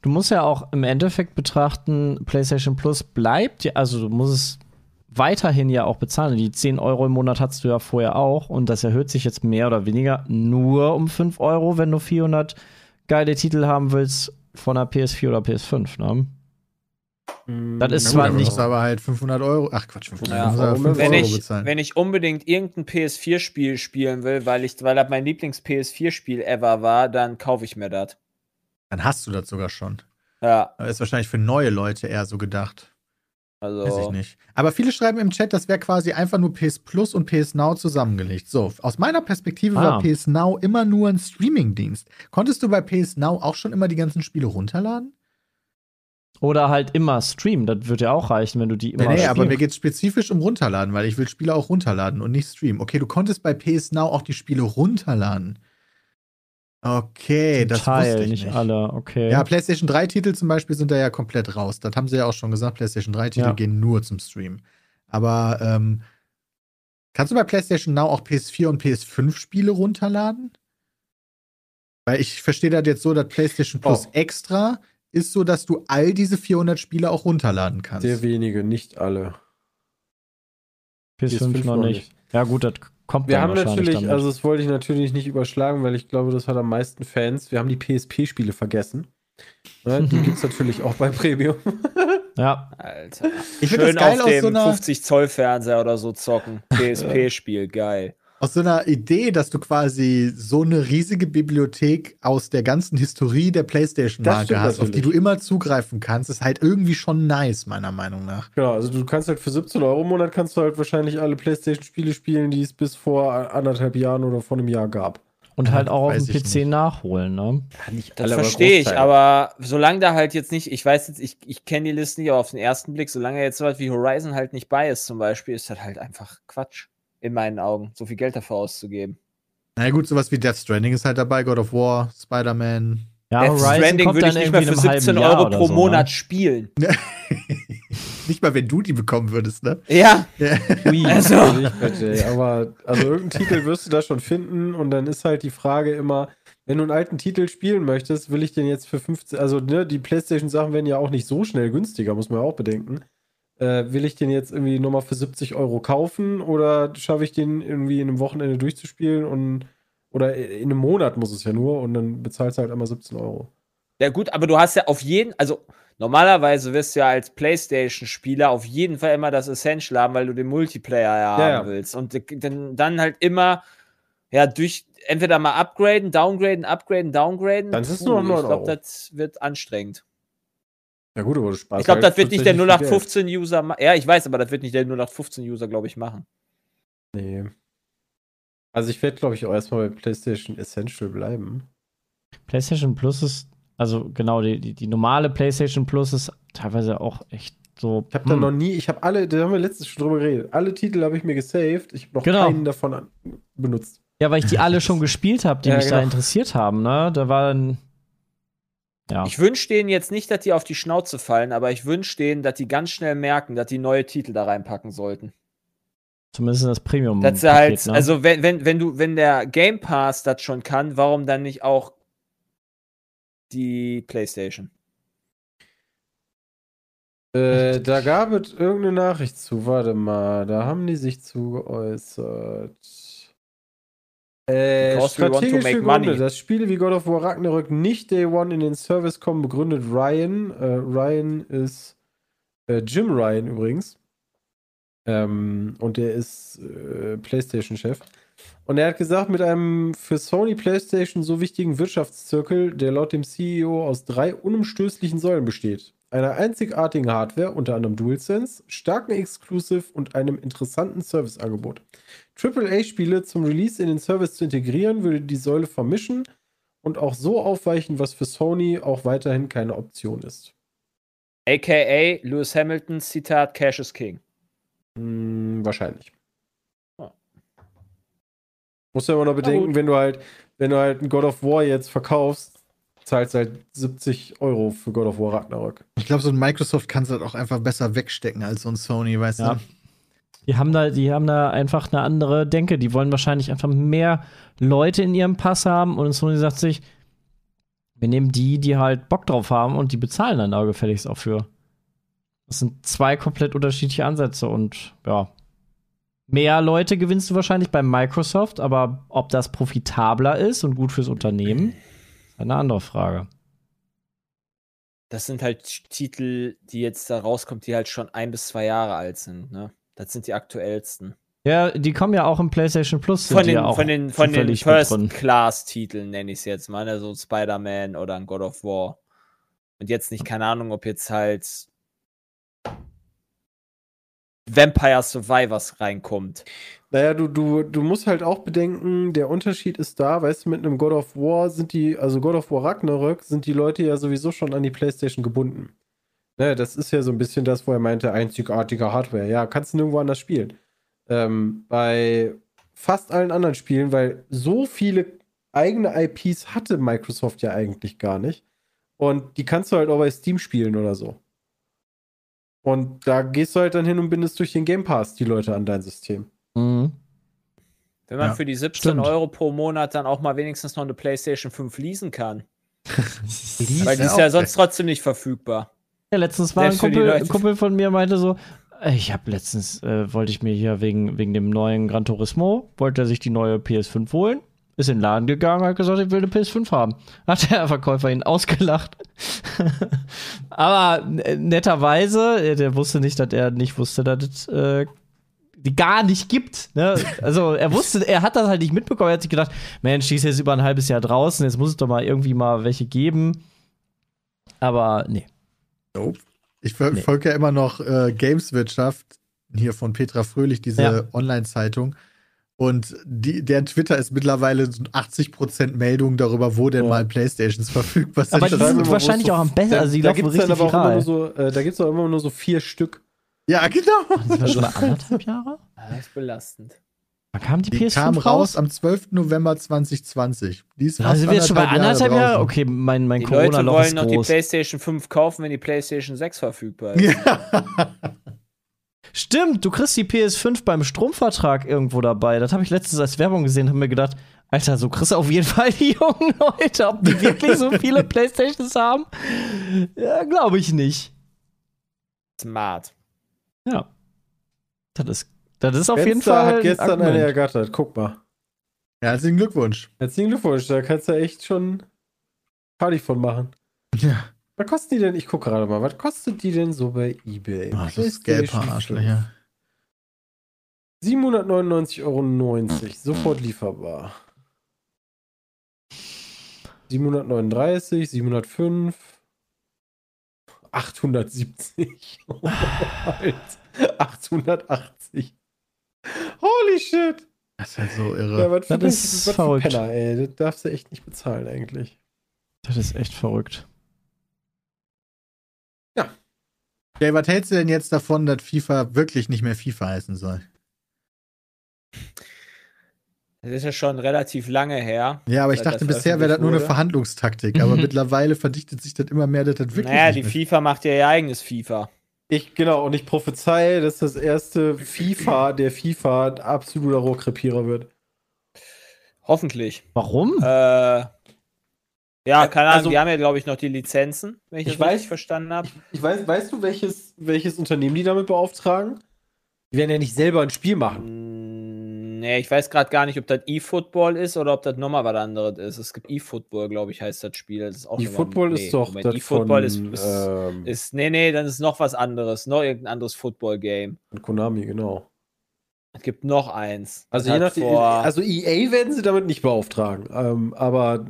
Du musst ja auch im Endeffekt betrachten, PlayStation Plus bleibt, ja- also du musst es weiterhin ja auch bezahlen. Die 10 Euro im Monat hattest du ja vorher auch und das erhöht sich jetzt mehr oder weniger nur um 5 Euro, wenn du 400 geile Titel haben willst von einer PS4 oder PS5. Ne?
Mhm.
Das ist
Na
zwar
aber du
nicht-
musst aber halt 500 Euro, ach Quatsch, 500
Ja,
du musst aber
warum
5
Wenn
Euro
ich,
bezahlen.
wenn ich unbedingt irgendein PS4-Spiel spielen will, weil, ich, weil das mein Lieblings-PS4-Spiel ever war, dann kaufe ich mir das.
dann hast du das sogar schon.
Ja,
Aber ist wahrscheinlich für neue Leute eher so gedacht.
also.
Weiß ich nicht. Aber viele schreiben im Chat, das wäre quasi einfach nur PS Plus und PS Now zusammengelegt. So, aus meiner Perspektive
Ah.
war PS Now immer nur ein Streamingdienst. Konntest du bei PS Now auch schon immer die ganzen Spiele runterladen?
Oder halt immer streamen. Das wird ja auch reichen, wenn du die immer
Nee, nee
streamen
aber mir geht es spezifisch um runterladen, weil ich will Spiele auch runterladen und nicht streamen. Okay, du konntest bei PS Now auch die Spiele runterladen. Okay, das
Teil,
wusste ich
nicht
nicht.
alle, okay.
Ja, PlayStation 3 Titel zum Beispiel sind da ja komplett raus. Das haben sie ja auch schon gesagt. PlayStation 3 Titel
Ja.
gehen nur zum Stream. Aber ähm, kannst du bei PlayStation Now auch PS4 und PS5 Spiele runterladen? Weil ich verstehe das jetzt so, dass PlayStation Plus
Oh.
extra ist so, dass du all diese 400 Spiele auch runterladen kannst.
Sehr wenige, nicht alle.
PS5 noch nicht. Ja, gut, das kommt
Wir
dann
haben
wahrscheinlich
natürlich,
damit.
also das wollte ich natürlich nicht überschlagen, weil ich glaube, das hat am meisten Fans. Wir haben die PSP-Spiele vergessen. Ne, Die gibt es natürlich auch bei Premium.
ja,
Alter.
ich finde das
Schön
geil
auf
aus so,
dem
einer,
50 Zoll Fernseher oder so zocken. PSP-Spiel, geil.
aus so einer Idee, dass du quasi so eine riesige Bibliothek aus der ganzen Historie der
Das
PlayStation-Marke
stimmt
hast, auf die du
natürlich.
immer zugreifen kannst, ist halt irgendwie schon nice, meiner Meinung nach.
genau, also du kannst halt für 17 Euro im Monat kannst du halt wahrscheinlich alle PlayStation-Spiele spielen, die es bis vor anderthalb Jahren oder vor einem Jahr gab.
und halt auch auf
Weiß
dem
ich
PC nachholen, ne?
Das verstehe ich, aber solange da halt jetzt nicht, ich weiß jetzt, ich, ich kenne die Liste nicht, aber auf den ersten Blick, solange jetzt sowas wie Horizon halt nicht bei ist zum Beispiel, ist das halt einfach Quatsch. In meinen Augen, so viel Geld dafür auszugeben.
Na gut, sowas wie Death Stranding ist halt dabei, God of War, Spider-Man.
Ja,
Death Stranding würde ich nicht mehr
in
für
einem halben
17
Jahr
Euro
oder
pro
so, ne?
Monat spielen.
Nicht mal, wenn du die bekommen würdest, ne?
Ja,
Ne? Ui.
also.
Ich wette, ey, aber also irgendeinen Titel wirst du da schon finden und dann ist halt die Frage immer, wenn du einen alten Titel spielen möchtest, will ich den jetzt für 15, also ne, die PlayStation Sachen werden ja auch nicht so schnell günstiger, muss man ja auch bedenken. Äh, will ich den jetzt irgendwie nochmal für 70 Euro kaufen oder schaffe ich den irgendwie in einem Wochenende durchzuspielen und oder in einem Monat muss es ja nur und dann bezahlst du halt einmal 17 Euro.
Ja, gut, aber du hast ja auf jeden, also normalerweise wirst du ja als PlayStation-Spieler auf jeden Fall immer das Essential haben, weil du den Multiplayer ja haben
Ja, ja.
willst. Und d- dann, dann halt immer, ja, durch entweder mal upgraden, downgraden, upgraden, downgraden.
Dann ist es nur noch
ich
9
glaube,
Euro.
das wird anstrengend.
Ja gut, aber du sparst
ich glaube,
halt
das wird nicht der
tatsächlich viel Geld.
0815-User machen. Ja, ich weiß, aber das wird nicht der 0815-User, glaube ich, machen.
Nee. Also ich werde, glaube ich, auch erstmal bei PlayStation Essential bleiben.
PlayStation Plus ist, also genau, die, die, die normale PlayStation Plus ist teilweise auch echt so.
Ich habe da
hm.
noch nie, ich habe alle, da haben wir letztens schon drüber geredet. Alle Titel habe ich mir gesaved. Ich habe noch
Genau.
keinen davon an, benutzt.
ja, weil ich die alle schon gespielt habe, die
Ja,
mich da
genau.
interessiert haben, ne? Da war ein. Ja.
Ich wünsche denen jetzt nicht, dass die auf die Schnauze fallen, aber ich wünsche denen, dass die ganz schnell merken, dass die neue Titel da reinpacken sollten.
Zumindest das Premium.
Dass er halt,
ne?
also wenn, wenn, wenn du, wenn der Game Pass das schon kann, warum dann nicht auch die PlayStation?
Äh, da gab es irgendeine Nachricht zu. Warte mal, da haben die sich zu geäußert. Äh,
Because we want to
strategische
make
Gründe,
money.
dass Spiele wie God of War Ragnarök nicht Day One in den Service kommen, begründet Ryan. Äh, Ryan ist äh, Jim Ryan übrigens. Ähm, und der ist äh, PlayStation-Chef. Und er hat gesagt, mit einem für Sony PlayStation so wichtigen Wirtschaftszirkel, der laut dem CEO aus drei unumstößlichen Säulen besteht. Einer einzigartigen Hardware, unter anderem DualSense, starken Exclusive und einem interessanten Serviceangebot. AAA-Spiele zum Release in den Service zu integrieren, würde die Säule vermischen und auch so aufweichen, was für Sony auch weiterhin keine Option ist.
AKA Lewis Hamilton, Zitat, Cash is King.
Hm, wahrscheinlich.
Ja.
Musst du ja immer noch bedenken, wenn du halt, wenn du halt ein God of War jetzt verkaufst, zahlst du halt 70 Euro für God of War Ragnarök.
Ich glaube, so ein Microsoft kann es halt auch einfach besser wegstecken als so ein Sony, weißt
Ja.
du?
Die haben, da, die haben da einfach eine andere Denke. Die wollen wahrscheinlich einfach mehr Leute in ihrem Pass haben und Sony sagt sich, wir nehmen die, die halt Bock drauf haben und die bezahlen dann da gefälligst auch für. Das sind zwei komplett unterschiedliche Ansätze und ja. Mehr Leute gewinnst du wahrscheinlich bei Microsoft, aber ob das profitabler ist und gut fürs Unternehmen, ist eine andere Frage.
Das sind halt Titel, die jetzt da rauskommen, die halt schon ein bis zwei Jahre alt sind. Ne? Das sind die aktuellsten.
Ja, die kommen ja auch im PlayStation Plus. sind
Von
die
den,
ja auch
von den, von den
zufällig mit drin.
First-Class-Titeln nenne ich es jetzt mal, ne? so Spider-Man oder ein God of War. Und jetzt nicht, keine Ahnung, ob jetzt halt Vampire Survivors reinkommt.
Naja, du, du, du musst halt auch bedenken, der Unterschied ist da, weißt du, mit einem God of War sind die, also God of War Ragnarök, sind die Leute ja sowieso schon an die PlayStation gebunden. Ne, das ist ja so ein bisschen das, wo er meinte, einzigartige Hardware. Ja, kannst du nirgendwo anders spielen. Ähm, bei fast allen anderen Spielen, weil so viele eigene IPs hatte Microsoft ja eigentlich gar nicht. Und die kannst du halt auch bei Steam spielen oder so. Und da gehst du halt dann hin und bindest durch den Game Pass die Leute an dein System.
Mhm.
Wenn man
Ja,
für die 17
stimmt.
Euro pro Monat dann auch mal wenigstens noch eine PlayStation 5 leasen kann.
Leasen
Weil die ist
auch
ja sonst trotzdem nicht verfügbar.
Ja, letztens war ein
Selbst für die
Kumpel,
Leute.
Kumpel von mir meinte so, äh, ich habe letztens, äh, wollte ich mir hier wegen, wegen dem neuen Gran Turismo, wollte er sich die neue PS5 holen, ist in den Laden gegangen, hat gesagt, ich will eine PS5 haben. Hat der Verkäufer ihn ausgelacht. Aber äh, netterweise, äh, der wusste nicht, dass er nicht wusste, dass es äh, die gar nicht gibt. Ne? Also er wusste, er hat das halt nicht mitbekommen. Er hat sich gedacht, Mensch, die ist jetzt über ein halbes Jahr draußen, jetzt muss es doch mal irgendwie mal welche geben. Aber nee.
Ich verfolge ja immer noch äh, Gameswirtschaft, hier von Petra Fröhlich, diese
Ja.
Online-Zeitung. Und die, deren Twitter ist mittlerweile so 80% Meldungen darüber, wo denn
Ja.
mal Playstations verfügbar sind.
Aber die
schreiben
sind
immer, wo
wahrscheinlich
es so-
auch am besten. Also die
da
laufen
gibt es dann
richtig
aber auch immer
viral.
nur so, äh, da gibt's auch immer nur so vier Stück.
ja, genau.
Sind wir schon mal anderthalb Jahre?
Ah, Das ist belastend.
Wann kam die,
Die
PS5
kam raus
raus?
am 12. November 2020. Die ist
Da sind wir jetzt schon bei anderthalb Jahre?
draußen.
Okay, mein, mein
Die Leute
Corona-Loch
wollen
ist
noch die
groß.
PlayStation 5 kaufen, wenn die PlayStation 6 verfügbar ist.
Ja.
Stimmt, du kriegst die PS5 beim Stromvertrag irgendwo dabei. Das habe ich letztens als Werbung gesehen, habe mir gedacht, Alter, so kriegst du auf jeden Fall die jungen Leute. Ob die wirklich so viele Playstations haben? Ja, glaube ich nicht.
Smart.
Ja. Das ist, das ist auf jeden
Fenster
Fall.
hat
ein
gestern
Argument.
eine ergattert. Guck mal.
Herzlichen Glückwunsch.
Herzlichen Glückwunsch, da kannst du echt schon Party von machen.
Ja.
Was kosten die denn? Ich gucke gerade mal, was kostet die denn so bei eBay?
Oh, das ist gelb
PlayStation 5.
Arschlöcher.
799,90 Euro. Sofort lieferbar. 739, 705, 870. Oh, Alter. 880. Holy shit!
Das ist halt so
Ja,
irre.
was für,
Das
was
ist
für
verrückt.
Penner, ey. Das darfst du echt nicht bezahlen, eigentlich.
Das ist echt verrückt.
Jay, was hältst du denn jetzt davon, dass FIFA wirklich nicht mehr FIFA heißen soll?
Das ist ja schon relativ lange her.
Ja, aber ich
Seit das
dachte, bisher wäre das nur eine
veröffentlicht wurde.
Verhandlungstaktik. Aber
Mhm.
mittlerweile verdichtet sich das immer mehr, dass das wirklich.
Naja, die
nicht mehr-
FIFA macht ja ihr eigenes FIFA.
Ich, genau, und ich prophezei, dass das erste FIFA der FIFA ein absoluter Rohrkrepierer wird.
Hoffentlich.
Warum?
Äh, ja, keine Ahnung,
Also-
die haben ja, glaube ich, noch die Lizenzen, wenn ich,
Ich
das weiß.
weiß-
richtig verstanden habe.
Ich weiß, weißt du, welches, welches Unternehmen die damit beauftragen? Die werden ja nicht selber ein Spiel machen.
Mm, Nee, ich weiß gerade gar nicht, ob das E-Football ist oder ob das nochmal was anderes ist. Es gibt E-Football, glaube ich, heißt das Spiel. Das ist auch
Die
noch mal-
Football
nee,
ist doch
Moment,
das
E-Football ist,
von,
ist,
ähm,
ist. Nee, nee, dann ist noch was anderes. Noch irgendein anderes Football-Game.
von Konami, genau.
Es gibt noch eins.
Also,
Das
je
hat
nachdem,
vor-
also EA werden sie damit nicht beauftragen. Ähm, aber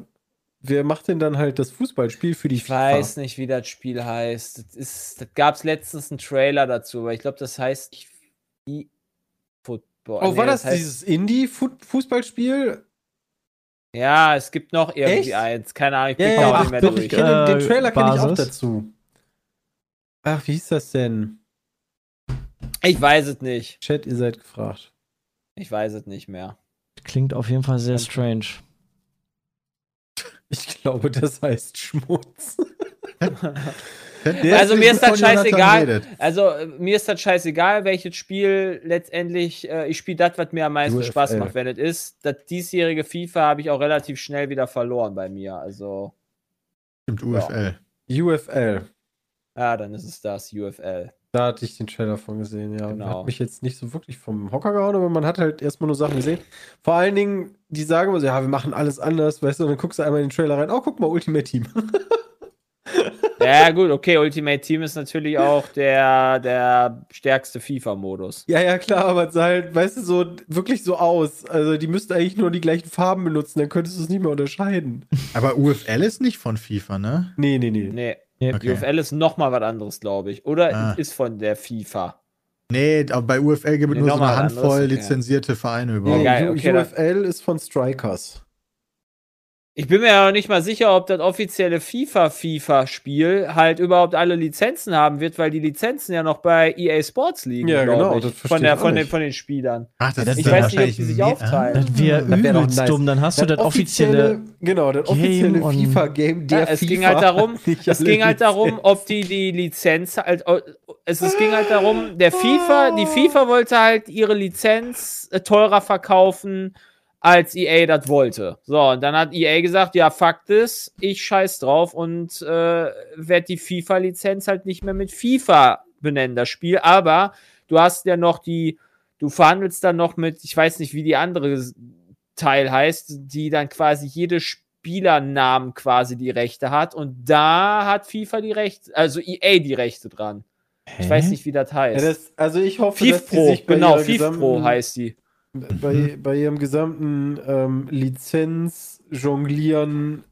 wer macht denn dann halt das Fußballspiel für die
ich weiß nicht, wie das Spiel heißt. Das, ist- das gab es letztens einen Trailer dazu, aber ich glaube, das heißt E-Football.
Oh,
Nee,
war das,
heißt-
dieses Indie-Fußballspiel?
Ja, es gibt noch irgendwie
Echt?
eins. Keine Ahnung, ich
Ja,
blick
ja,
da auch
ach,
nicht mehr
doch,
durch.
ich kenne den,
Äh,
den Trailer kenne ich auch
Basis.
dazu. Ach, wie hieß das denn?
Ich weiß es nicht.
Chat, ihr seid gefragt.
Ich weiß es nicht mehr.
Klingt auf jeden Fall sehr strange.
Ich glaube, das heißt Schmutz.
Der
Also mir ist das
von Jonathan
scheißegal.
redet.
Also, äh, mir ist das scheißegal, welches Spiel letztendlich, äh, ich spiele das, was mir am meisten
UFL.
Spaß macht, wenn es ist. Das diesjährige FIFA habe ich auch relativ schnell wieder verloren bei mir. Also,
Stimmt, UFL.
UFL.
ja, dann ist es das, UFL.
Da hatte ich den Trailer von gesehen, ja.
Genau.
Hat mich jetzt nicht so wirklich vom Hocker gehauen, aber man hat halt erstmal nur Sachen gesehen. Vor allen Dingen, die sagen immer so, ja, wir machen alles anders, weißt du, und dann guckst du einmal in den Trailer rein, oh, guck mal, Ultimate Team.
Ja, gut, okay, Ultimate Team ist natürlich auch der, der stärkste FIFA-Modus.
ja, ja, klar, aber es sah halt, weißt du, so wirklich so aus. Also, die müssten eigentlich nur die gleichen Farben benutzen, dann könntest du es nicht mehr unterscheiden.
Aber UFL ist nicht von FIFA, ne?
Nee, nee, nee.
Nee,
Okay.
UFL ist nochmal was anderes, glaube ich. Oder
Ah.
ist von der FIFA.
Nee, aber bei UFL gibt es
Nee,
nur so
nochmal
eine
was
Handvoll
anderes, okay.
lizenzierte Vereine
Nee,
überhaupt.
geil,
U-
okay, dann-
UFL ist von Strikers.
Ich bin mir ja noch nicht mal sicher, ob das offizielle FIFA-FIFA-Spiel halt überhaupt alle Lizenzen haben wird, weil die Lizenzen ja noch bei EA Sports liegen.
Ja,
glaub
genau,
Ich,
das verstehe
von, der,
ich auch
von, den,
nicht.
von den Spielern.
Ach, das
Ich
dann
weiß nicht, ob die
wahrscheinlich
sich
ein-
aufteilen.
Das wäre
Das wär doch
übelst
nice.
dumm. Dann hast du das offizielle.
genau, das
Game
offizielle
und-
FIFA-Game der
Ja, es
FIFA.
ging halt darum,
Nicht
es
alle
ging halt darum,
Lizenzen.
ob die die Lizenz halt, es, es ging halt darum, der FIFA, die FIFA wollte halt ihre Lizenz äh, teurer verkaufen, als EA das wollte. So, und dann hat EA gesagt, ja, Fakt ist, ich scheiß drauf und äh, werde die FIFA-Lizenz halt nicht mehr mit FIFA benennen, das Spiel, aber du hast ja noch die, du verhandelst dann noch mit, ich weiß nicht, wie die andere Teil heißt, die dann quasi jede Spielernamen quasi die Rechte hat und da hat FIFA die Rechte, also EA die Rechte dran. Ich weiß nicht, wie das
Ja,
heißt.
das, also ich hoffe, dass die
FIFPro,
sich bei
genau,
ihrer
FIFPro
gesamten-
heißt die.
Bei, bei ihrem gesamten ähm, Lizenz jonglieren,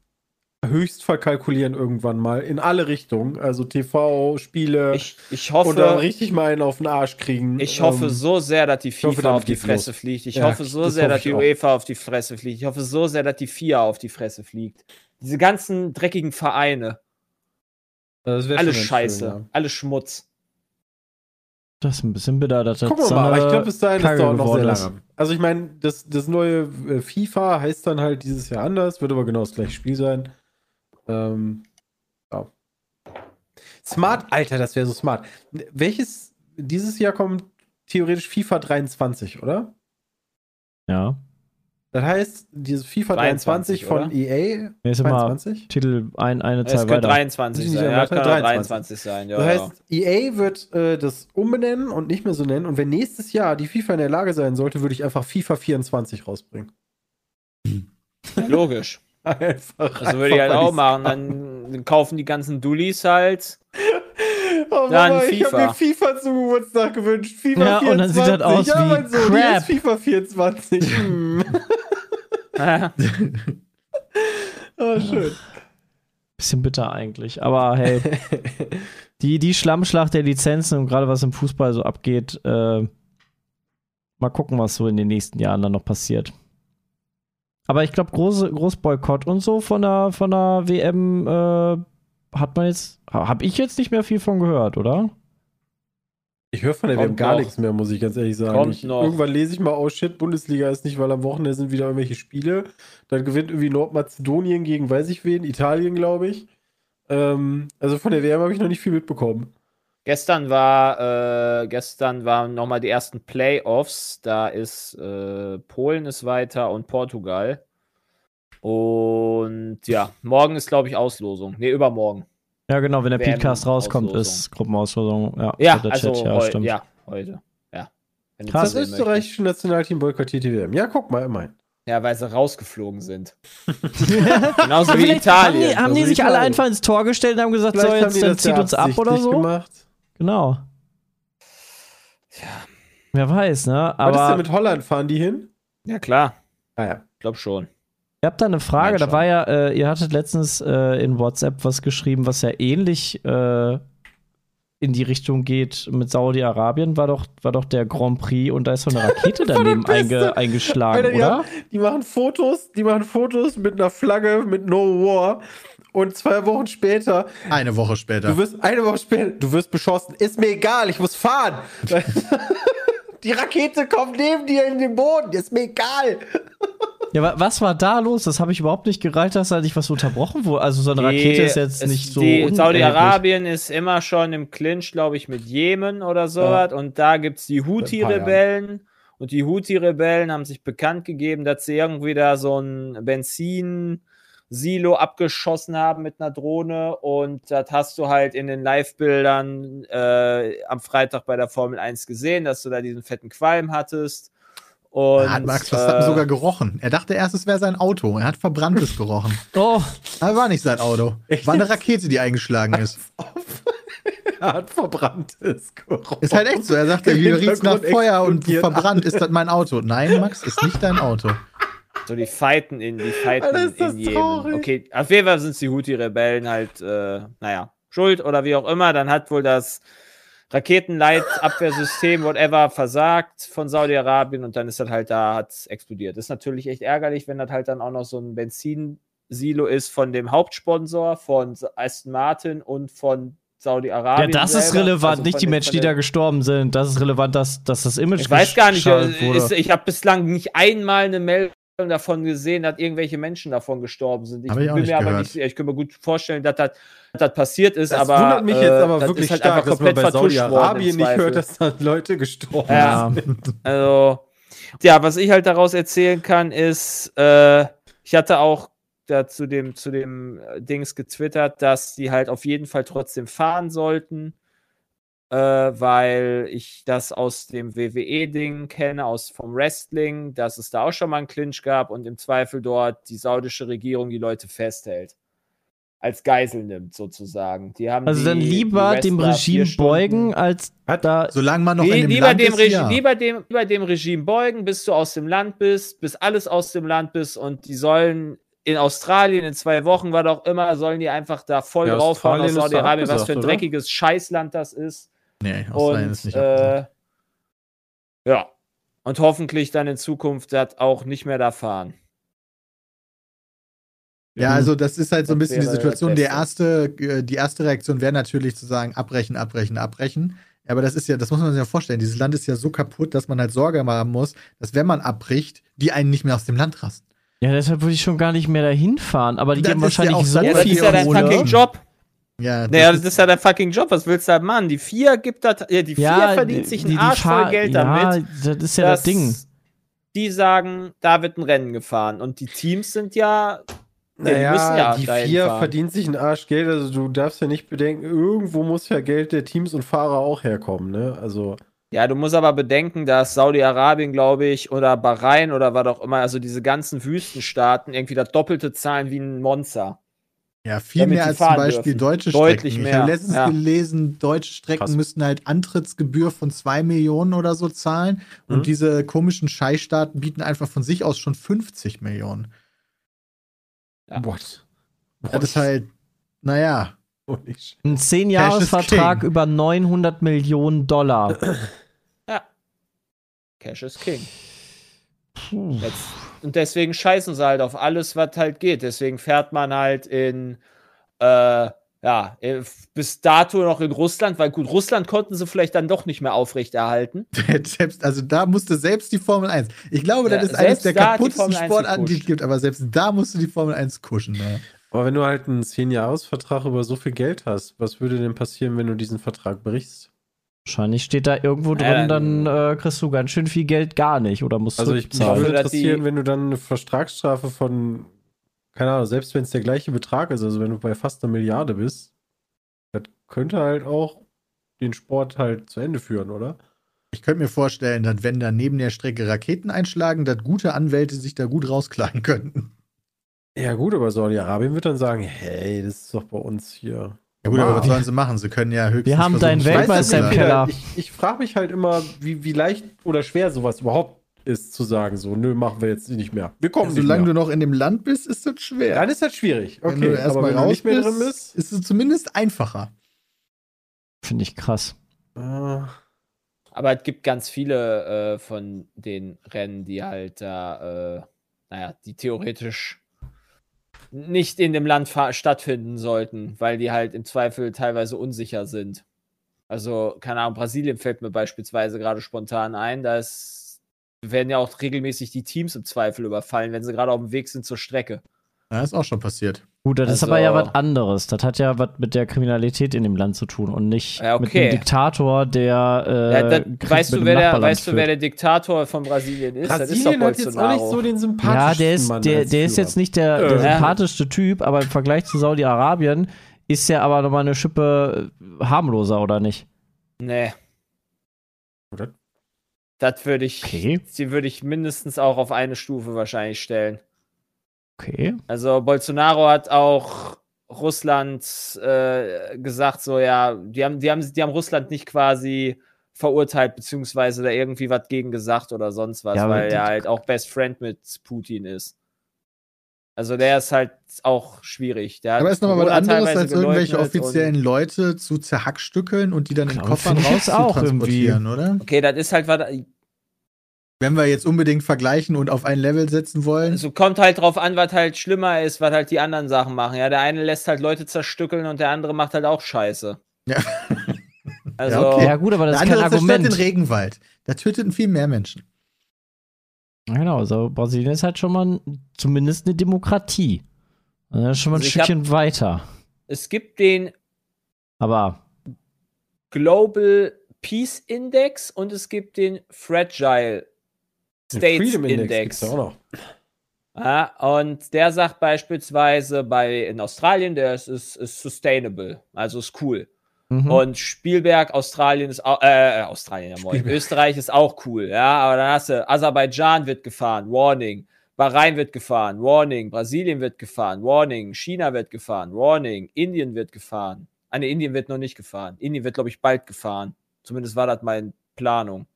höchst verkalkulieren irgendwann mal in alle Richtungen. Also TV, Spiele
Ich, ich
und dann
hoffe,
richtig mal einen auf den Arsch kriegen.
ich hoffe
Ähm,
so sehr, dass die FIFA
hoffe, damit
auf die
geht's
Fresse
los.
fliegt. Ich
Ja,
hoffe so
das
sehr,
hoffe
dass
ich
die
auch.
UEFA auf die Fresse fliegt. Ich hoffe so sehr, dass die FIA auf die Fresse fliegt. Diese ganzen dreckigen Vereine,
das wär
alle
schon ganz
Scheiße,
schön,
alle Schmutz.
Das ist ein bisschen bitter, dass
ja.
das
Gucken
so
wir mal, aber ich
eine-
glaube, bis dahin
Kacke
ist dauert noch sehr
geworden
lange.
ist.
Also ich meine, das, das neue äh, FIFA heißt dann halt dieses Jahr anders, wird aber genau das gleiche Spiel sein. Ähm, ja. Smart, Alter, das wäre so smart. Welches, dieses Jahr kommt theoretisch FIFA 23, oder?
Ja.
Das heißt, dieses FIFA
23,
23, von E EA
Mir ist immer
22.
Titel ein, eine
Es
Zahl weiter.
könnte 23
Muss ich
sein.
nicht
Ja,
sagen,
kann auch
23
23 sein. Ja,
Das
ja.
heißt, EA wird äh, das umbenennen und nicht mehr so nennen. Und wenn nächstes Jahr die FIFA in der Lage sein sollte, würde ich einfach FIFA 24 rausbringen.
Logisch.
Einfach.
Also
Das würde ich halt
einfach, weil
auch
ich's-
machen. Dann dann kaufen die ganzen Dullis halt.
Oh,
Dann
Mama, ich habe
FIFA.
mir FIFA zum Geburtstag gewünscht. FIFA
Ja,
24.
und dann sieht das aus
ja,
wie
mein Sohn, hier
Crap.
ist FIFA 24. Hm. oh, schön.
Bisschen bitter eigentlich. Aber hey, die, die Schlammschlacht der Lizenzen und gerade was im Fußball so abgeht, äh, mal gucken, was so in den nächsten Jahren dann noch passiert. Aber ich glaube, große Großboykott und so von der, von der WM äh, hat man jetzt, ha- hab ich jetzt nicht mehr viel von gehört, oder?
Ich höre von der
Kommt
WM gar
noch.
nichts mehr, muss ich ganz ehrlich sagen.
Kommt
ich,
noch.
Irgendwann lese ich mal, oh shit, Bundesliga ist nicht, weil am Wochenende sind wieder irgendwelche Spiele. Dann gewinnt irgendwie Nordmazedonien gegen weiß ich wen, Italien, glaube ich. Ähm, also von der WM habe ich noch nicht viel mitbekommen.
Gestern war, äh, gestern waren nochmal die ersten Playoffs. Da ist äh, Polen ist weiter und Portugal. Und ja, morgen ist, glaube ich, Auslosung. Ne, übermorgen.
Ja, genau, wenn der
WM
Podcast rauskommt,
Auslosung.
ist Gruppenauslosung. Ja,
Ja,
hat der
also
Chat,
heu
ja, stimmt.
ja, heute. Ja. Wenn du
Krass.
Das
sehen möchtest.
österreichische Nationalteam boykottiert die WM. Ja, guck mal, immerhin.
Ja, weil sie rausgeflogen sind. Genauso wie
Vielleicht haben die,
Italien.
haben die
Also
sich alle
Italien.
einfach ins Tor gestellt und haben gesagt, so, jetzt dann zieht
ja
uns ab oder
absichtlich
so?
Gemacht.
Genau. Wer weiß, ne?
Aber Was ist
Aber
denn mit Holland? Fahren die hin?
Ja, klar.
Ah ja.
Ich glaube schon.
ihr habt da eine Frage.
Nein,
Da
schon.
war ja, äh, ihr hattet letztens äh, in WhatsApp was geschrieben, was ja ähnlich äh, in die Richtung geht mit Saudi-Arabien. War doch, war doch der Grand Prix und da ist so eine Rakete daneben einge,
Beste.
eingeschlagen,
Alter, die,
oder?
haben, die machen Fotos, die machen Fotos mit einer Flagge, mit No War. Und zwei Wochen später,
Eine Woche später.
du wirst eine Woche später, du wirst beschossen. Ist mir egal, ich muss fahren. die Rakete kommt neben dir in den Boden. Ist mir egal.
Ja, wa- was war da los? Das habe ich überhaupt nicht gereicht, dass da nicht was unterbrochen wurde. Also so eine Rakete
Die-
ist jetzt
es-
nicht so.
die
unerheblich.
Saudi-Arabien ist immer schon im Clinch, glaube ich, mit Jemen oder sowas. Und da gibt es die Houthi-Rebellen. Und die Houthi-Rebellen haben sich bekannt gegeben, dass sie irgendwie da so ein Benzin-Silo abgeschossen haben mit einer Drohne. Und das hast du halt in den Live-Bildern äh, am Freitag bei der Formel 1 gesehen, dass du da diesen fetten Qualm hattest. Und,
hat Ah, Max Verstappen
äh,
sogar gerochen. Er dachte erst, es wäre sein Auto. Er hat Verbranntes gerochen.
Oh,
Aber war nicht sein Auto.
Echt?
War eine Rakete, die eingeschlagen ist.
Er hat verbranntes Geruch.
Ist halt echt so. Er sagt,
Im
wie riecht's nach
Hintergrund
Feuer und
explodiert
verbrannt. Ist das mein Auto? Nein, Max, ist nicht dein Auto.
So, die fighten in, die fighten
Alter, ist das
in Jemen.
traurig.
Okay, auf jeden Fall sind die Houthi-Rebellen halt, äh, naja, schuld oder wie auch immer. Dann hat wohl das Raketenleitabwehrsystem, whatever, versagt von Saudi-Arabien und dann ist das halt da, hat explodiert. Ist natürlich echt ärgerlich, wenn das halt dann auch noch so ein Benzin- Silo ist von dem Hauptsponsor, von Aston Martin und von
Ja,
Saudi-Arabien.
das ist
selber.
relevant,
Also
nicht
von
die
den-
Menschen,
von
die
den-
da gestorben sind. Das ist relevant, dass, dass das Image
Ich weiß gar nicht, äh,
geschadet wurde.
ist, ich habe bislang nicht einmal eine Meldung davon gesehen, dass irgendwelche Menschen davon gestorben sind.
Hab ich auch
bin
nicht
mir aber
gehört.
nicht sicher. Ich kann mir gut vorstellen, dass das, dass das passiert ist,
Das
aber.
wundert mich
äh,
jetzt aber
das
wirklich
ist halt
stark,
einfach
dass man
komplett
bei
vertuscht worden im
Saudi-Arabien nicht
Zweifel.
hört, dass da Leute gestorben
Ja.
sind.
Also, ja, was ich halt daraus erzählen kann, ist, äh, ich hatte auch da zu dem, zu dem äh, Dings getwittert, dass die halt auf jeden Fall trotzdem fahren sollten, äh, weil ich das aus dem WWE-Ding kenne, aus vom Wrestling, dass es da auch schon mal einen Clinch gab und im Zweifel dort die saudische Regierung die Leute festhält. Als Geisel nimmt, sozusagen. Die haben
also
die,
dann
die
lieber dem
Wrestler vier
Regime
Stunden-
beugen, als da.
Solange man noch
Nee,
in dem
lieber,
Land
dem
ist,
Regi-
ja.
lieber, dem, lieber dem Regime beugen, bis du aus dem Land bist, bis alles aus dem Land bist und die sollen in Australien in zwei Wochen, war doch immer, sollen die einfach da voll
Ja,
draufhauen aus
Australien ist da
Saudi-Arabien, was für ein
abgesagt, oder?
dreckiges Scheißland das ist.
Nee, Australien ist
Und
nicht abgesagt.
äh, ja, und hoffentlich dann in Zukunft das auch nicht mehr da fahren.
Ja, also das ist halt so ein
äh, Das
bisschen die
wäre
Situation. Die
das
erste, äh, die erste Reaktion wäre natürlich zu sagen, abbrechen, abbrechen, abbrechen. Aber das ist ja, das muss man sich ja vorstellen. Dieses Land ist ja so kaputt, dass man halt Sorge haben muss, dass wenn man abbricht, die einen nicht mehr aus dem Land rasten.
Ja, deshalb würde ich schon gar nicht mehr dahin fahren. Aber die
Das
geben
ist ja
wahrscheinlich
auch
so
Ja,
Ja, das
das
viel
ist ja dein
ohne-
Kohle.
fucking Job.
Ja,
Naja, das
ist-
ist ja dein fucking Job. Was willst du da machen? Die vier gibt das, ja, die vier verdient sich einen Arsch voll
fahr-
Geld
ja,
damit.
das ist ja das,
dass
Ding.
Die sagen, da wird ein Rennen gefahren. Und die Teams sind ja. ja, die müssen
Naja,
ja
die
dahin
vier
fahren.
verdient sich einen Arsch Geld. Also du darfst ja nicht bedenken, irgendwo muss ja Geld der Teams und Fahrer auch herkommen, ne? Also
Ja, du musst aber bedenken, dass Saudi-Arabien, glaube ich, oder Bahrain oder was auch immer, also diese ganzen Wüstenstaaten irgendwie das Doppelte zahlen wie ein Monster.
ja viel
damit
mehr
die
als zum
fahren
Beispiel
dürfen.
deutsche
Deutlich
Strecken. Ich
mehr,
habe letztens
ja.
gelesen, deutsche Strecken
Krass.
müssen halt Antrittsgebühr von zwei Millionen oder so zahlen.
Mhm.
Und diese komischen Scheißstaaten bieten einfach von sich aus schon 50 Millionen.
Ja.
what?
Das ist halt, naja.
Holy shit.
Ein
Cash is
Zehn-Jahres-Vertrag
king.
über 900 Millionen Dollar.
Cash is King. Jetzt, und deswegen scheißen sie halt auf alles, was halt geht. Deswegen fährt man halt in, äh, ja, in- bis dato noch in Russland, weil gut, Russland konnten sie vielleicht dann doch nicht mehr aufrechterhalten.
Selbst, also da musste selbst die Formel 1. Ich glaube,
Ja,
das ist
selbst
eines der
da hat die
kaputtesten
Formel 1
Sportarten, die es
gekuscht.
gibt, aber selbst da musste die Formel 1 kuschen. Ne?
Aber wenn du halt einen 10-Jahres-Vertrag über so viel Geld hast, was würde denn passieren, wenn du diesen Vertrag brichst?
Wahrscheinlich steht da irgendwo drin,
Ja,
dann
dann-
äh, kriegst du ganz schön viel Geld gar nicht oder musst
Also ich mich
zurückzahlen.
würde
hoffe, dass die-
interessieren, wenn du dann eine Vertragsstrafe von, keine Ahnung, selbst wenn es der gleiche Betrag ist, also wenn du bei fast einer Milliarde bist, das könnte halt auch den Sport halt zu Ende führen, oder?
Ich könnte mir vorstellen, dass wenn da neben der Strecke Raketen einschlagen, dass gute Anwälte sich da gut rausklagen könnten.
Ja gut, aber Saudi-Arabien wird dann sagen, hey, das ist doch bei uns hier.
Ja gut, aber
Wow.
was sollen sie machen? Sie können ja höchstens
Wir haben
versuchen,
deinen
Schweizer
Weltmeister im
zu
Wie
bleiben.
Keller.
da- Ich, ich frage mich halt immer, wie, wie leicht oder schwer sowas überhaupt ist, zu sagen, so, nö, machen wir jetzt nicht mehr. Wir kommen nicht
Solange
mehr.
du noch in dem Land bist, ist das schwer.
Dann ist das schwierig.
wenn du
Okay,
erst
aber
mal
wenn du
raus
nicht mehr
bist,
drin bist.
ist es zumindest einfacher.
Finde ich krass.
Ah.
Aber es gibt ganz viele äh, von den Rennen, die halt da, äh, naja, die theoretisch nicht in dem Land fa- stattfinden sollten, weil die halt im Zweifel teilweise unsicher sind. Also, keine Ahnung, Brasilien fällt mir beispielsweise gerade spontan ein. Da ist, werden ja auch regelmäßig die Teams im Zweifel überfallen, wenn sie gerade auf dem Weg sind zur Strecke.
Ja, ist auch schon passiert.
Gut, das ist
Also-
aber ja was anderes. Das hat ja was mit der Kriminalität in dem Land zu tun und nicht
Ja,
mit
okay.
dem Diktator, der. Äh,
ja, das,
Krieg
weißt
mit
du,
dem
wer der,
Nachbarland
weißt du, wer
führt.
der Diktator von Brasilien ist? das
Brasilien hat
ist doch
jetzt auch
Bolsonaro.
nicht so den sympathischen
Ja, der ist,
Mann
der,
als
der ist
Führer.
jetzt nicht der, der
Äh.
sympathischste Typ, aber im Vergleich zu Saudi-Arabien ist ja aber nochmal eine Schippe äh, harmloser, oder nicht?
Nee.
Oder?
Das würde ich,
Okay.
die würde ich mindestens auch auf eine Stufe wahrscheinlich stellen.
Okay.
Also Bolsonaro hat auch Russland äh, gesagt, so ja, die haben, die haben, die haben Russland nicht quasi verurteilt, beziehungsweise da irgendwie was gegen gesagt oder sonst was,
Ja, aber
weil
die-
er halt auch Best Friend mit Putin ist. Also der ist halt auch schwierig. Der hat
Aber ist nochmal was
Corona
anderes,
teilweise
als irgendwelche
geleugnet und-
offiziellen Leute zu zerhackstückeln und die dann in
Glaube,
Koffern
finde ich jetzt auch
rauszutransportieren, oder?
Okay, das ist halt was.
Wenn wir jetzt unbedingt vergleichen und auf ein Level setzen wollen,
Also kommt halt drauf an, was halt schlimmer ist, was halt die anderen Sachen machen. Ja, der eine lässt halt Leute zerstückeln und der andere macht halt auch Scheiße.
Ja.
Also,
Ja, okay.
Ja, gut, aber das
der
ist kein
andere zerstört den
Argument.
Regenwald. Da töteten viel mehr Menschen.
Ja, Genau, also Brasilien ist halt schon mal ein- zumindest eine Demokratie. Das ist schon mal ein
Also ich hab-
Stückchen weiter.
es gibt den
Aber
Global Peace Index und es gibt den Fragile
Den
States
Freedom
Index.
gibt's da auch noch.
Ja, und der sagt beispielsweise bei in Australien, der ist, ist, ist sustainable, also ist cool.
mhm.
Und Spielberg, Australien ist auch, äh, Australien, ja moin.
Spielberg.
Österreich ist auch cool, ja, aber dann hast du Aserbaidschan wird gefahren, Warning. Bahrain wird gefahren, Warning. Brasilien wird gefahren, Warning. China wird gefahren, Warning. Indien wird gefahren. Ah, ne, Indien wird noch nicht gefahren. Indien wird, glaube ich, bald gefahren. Zumindest war das meine Planung.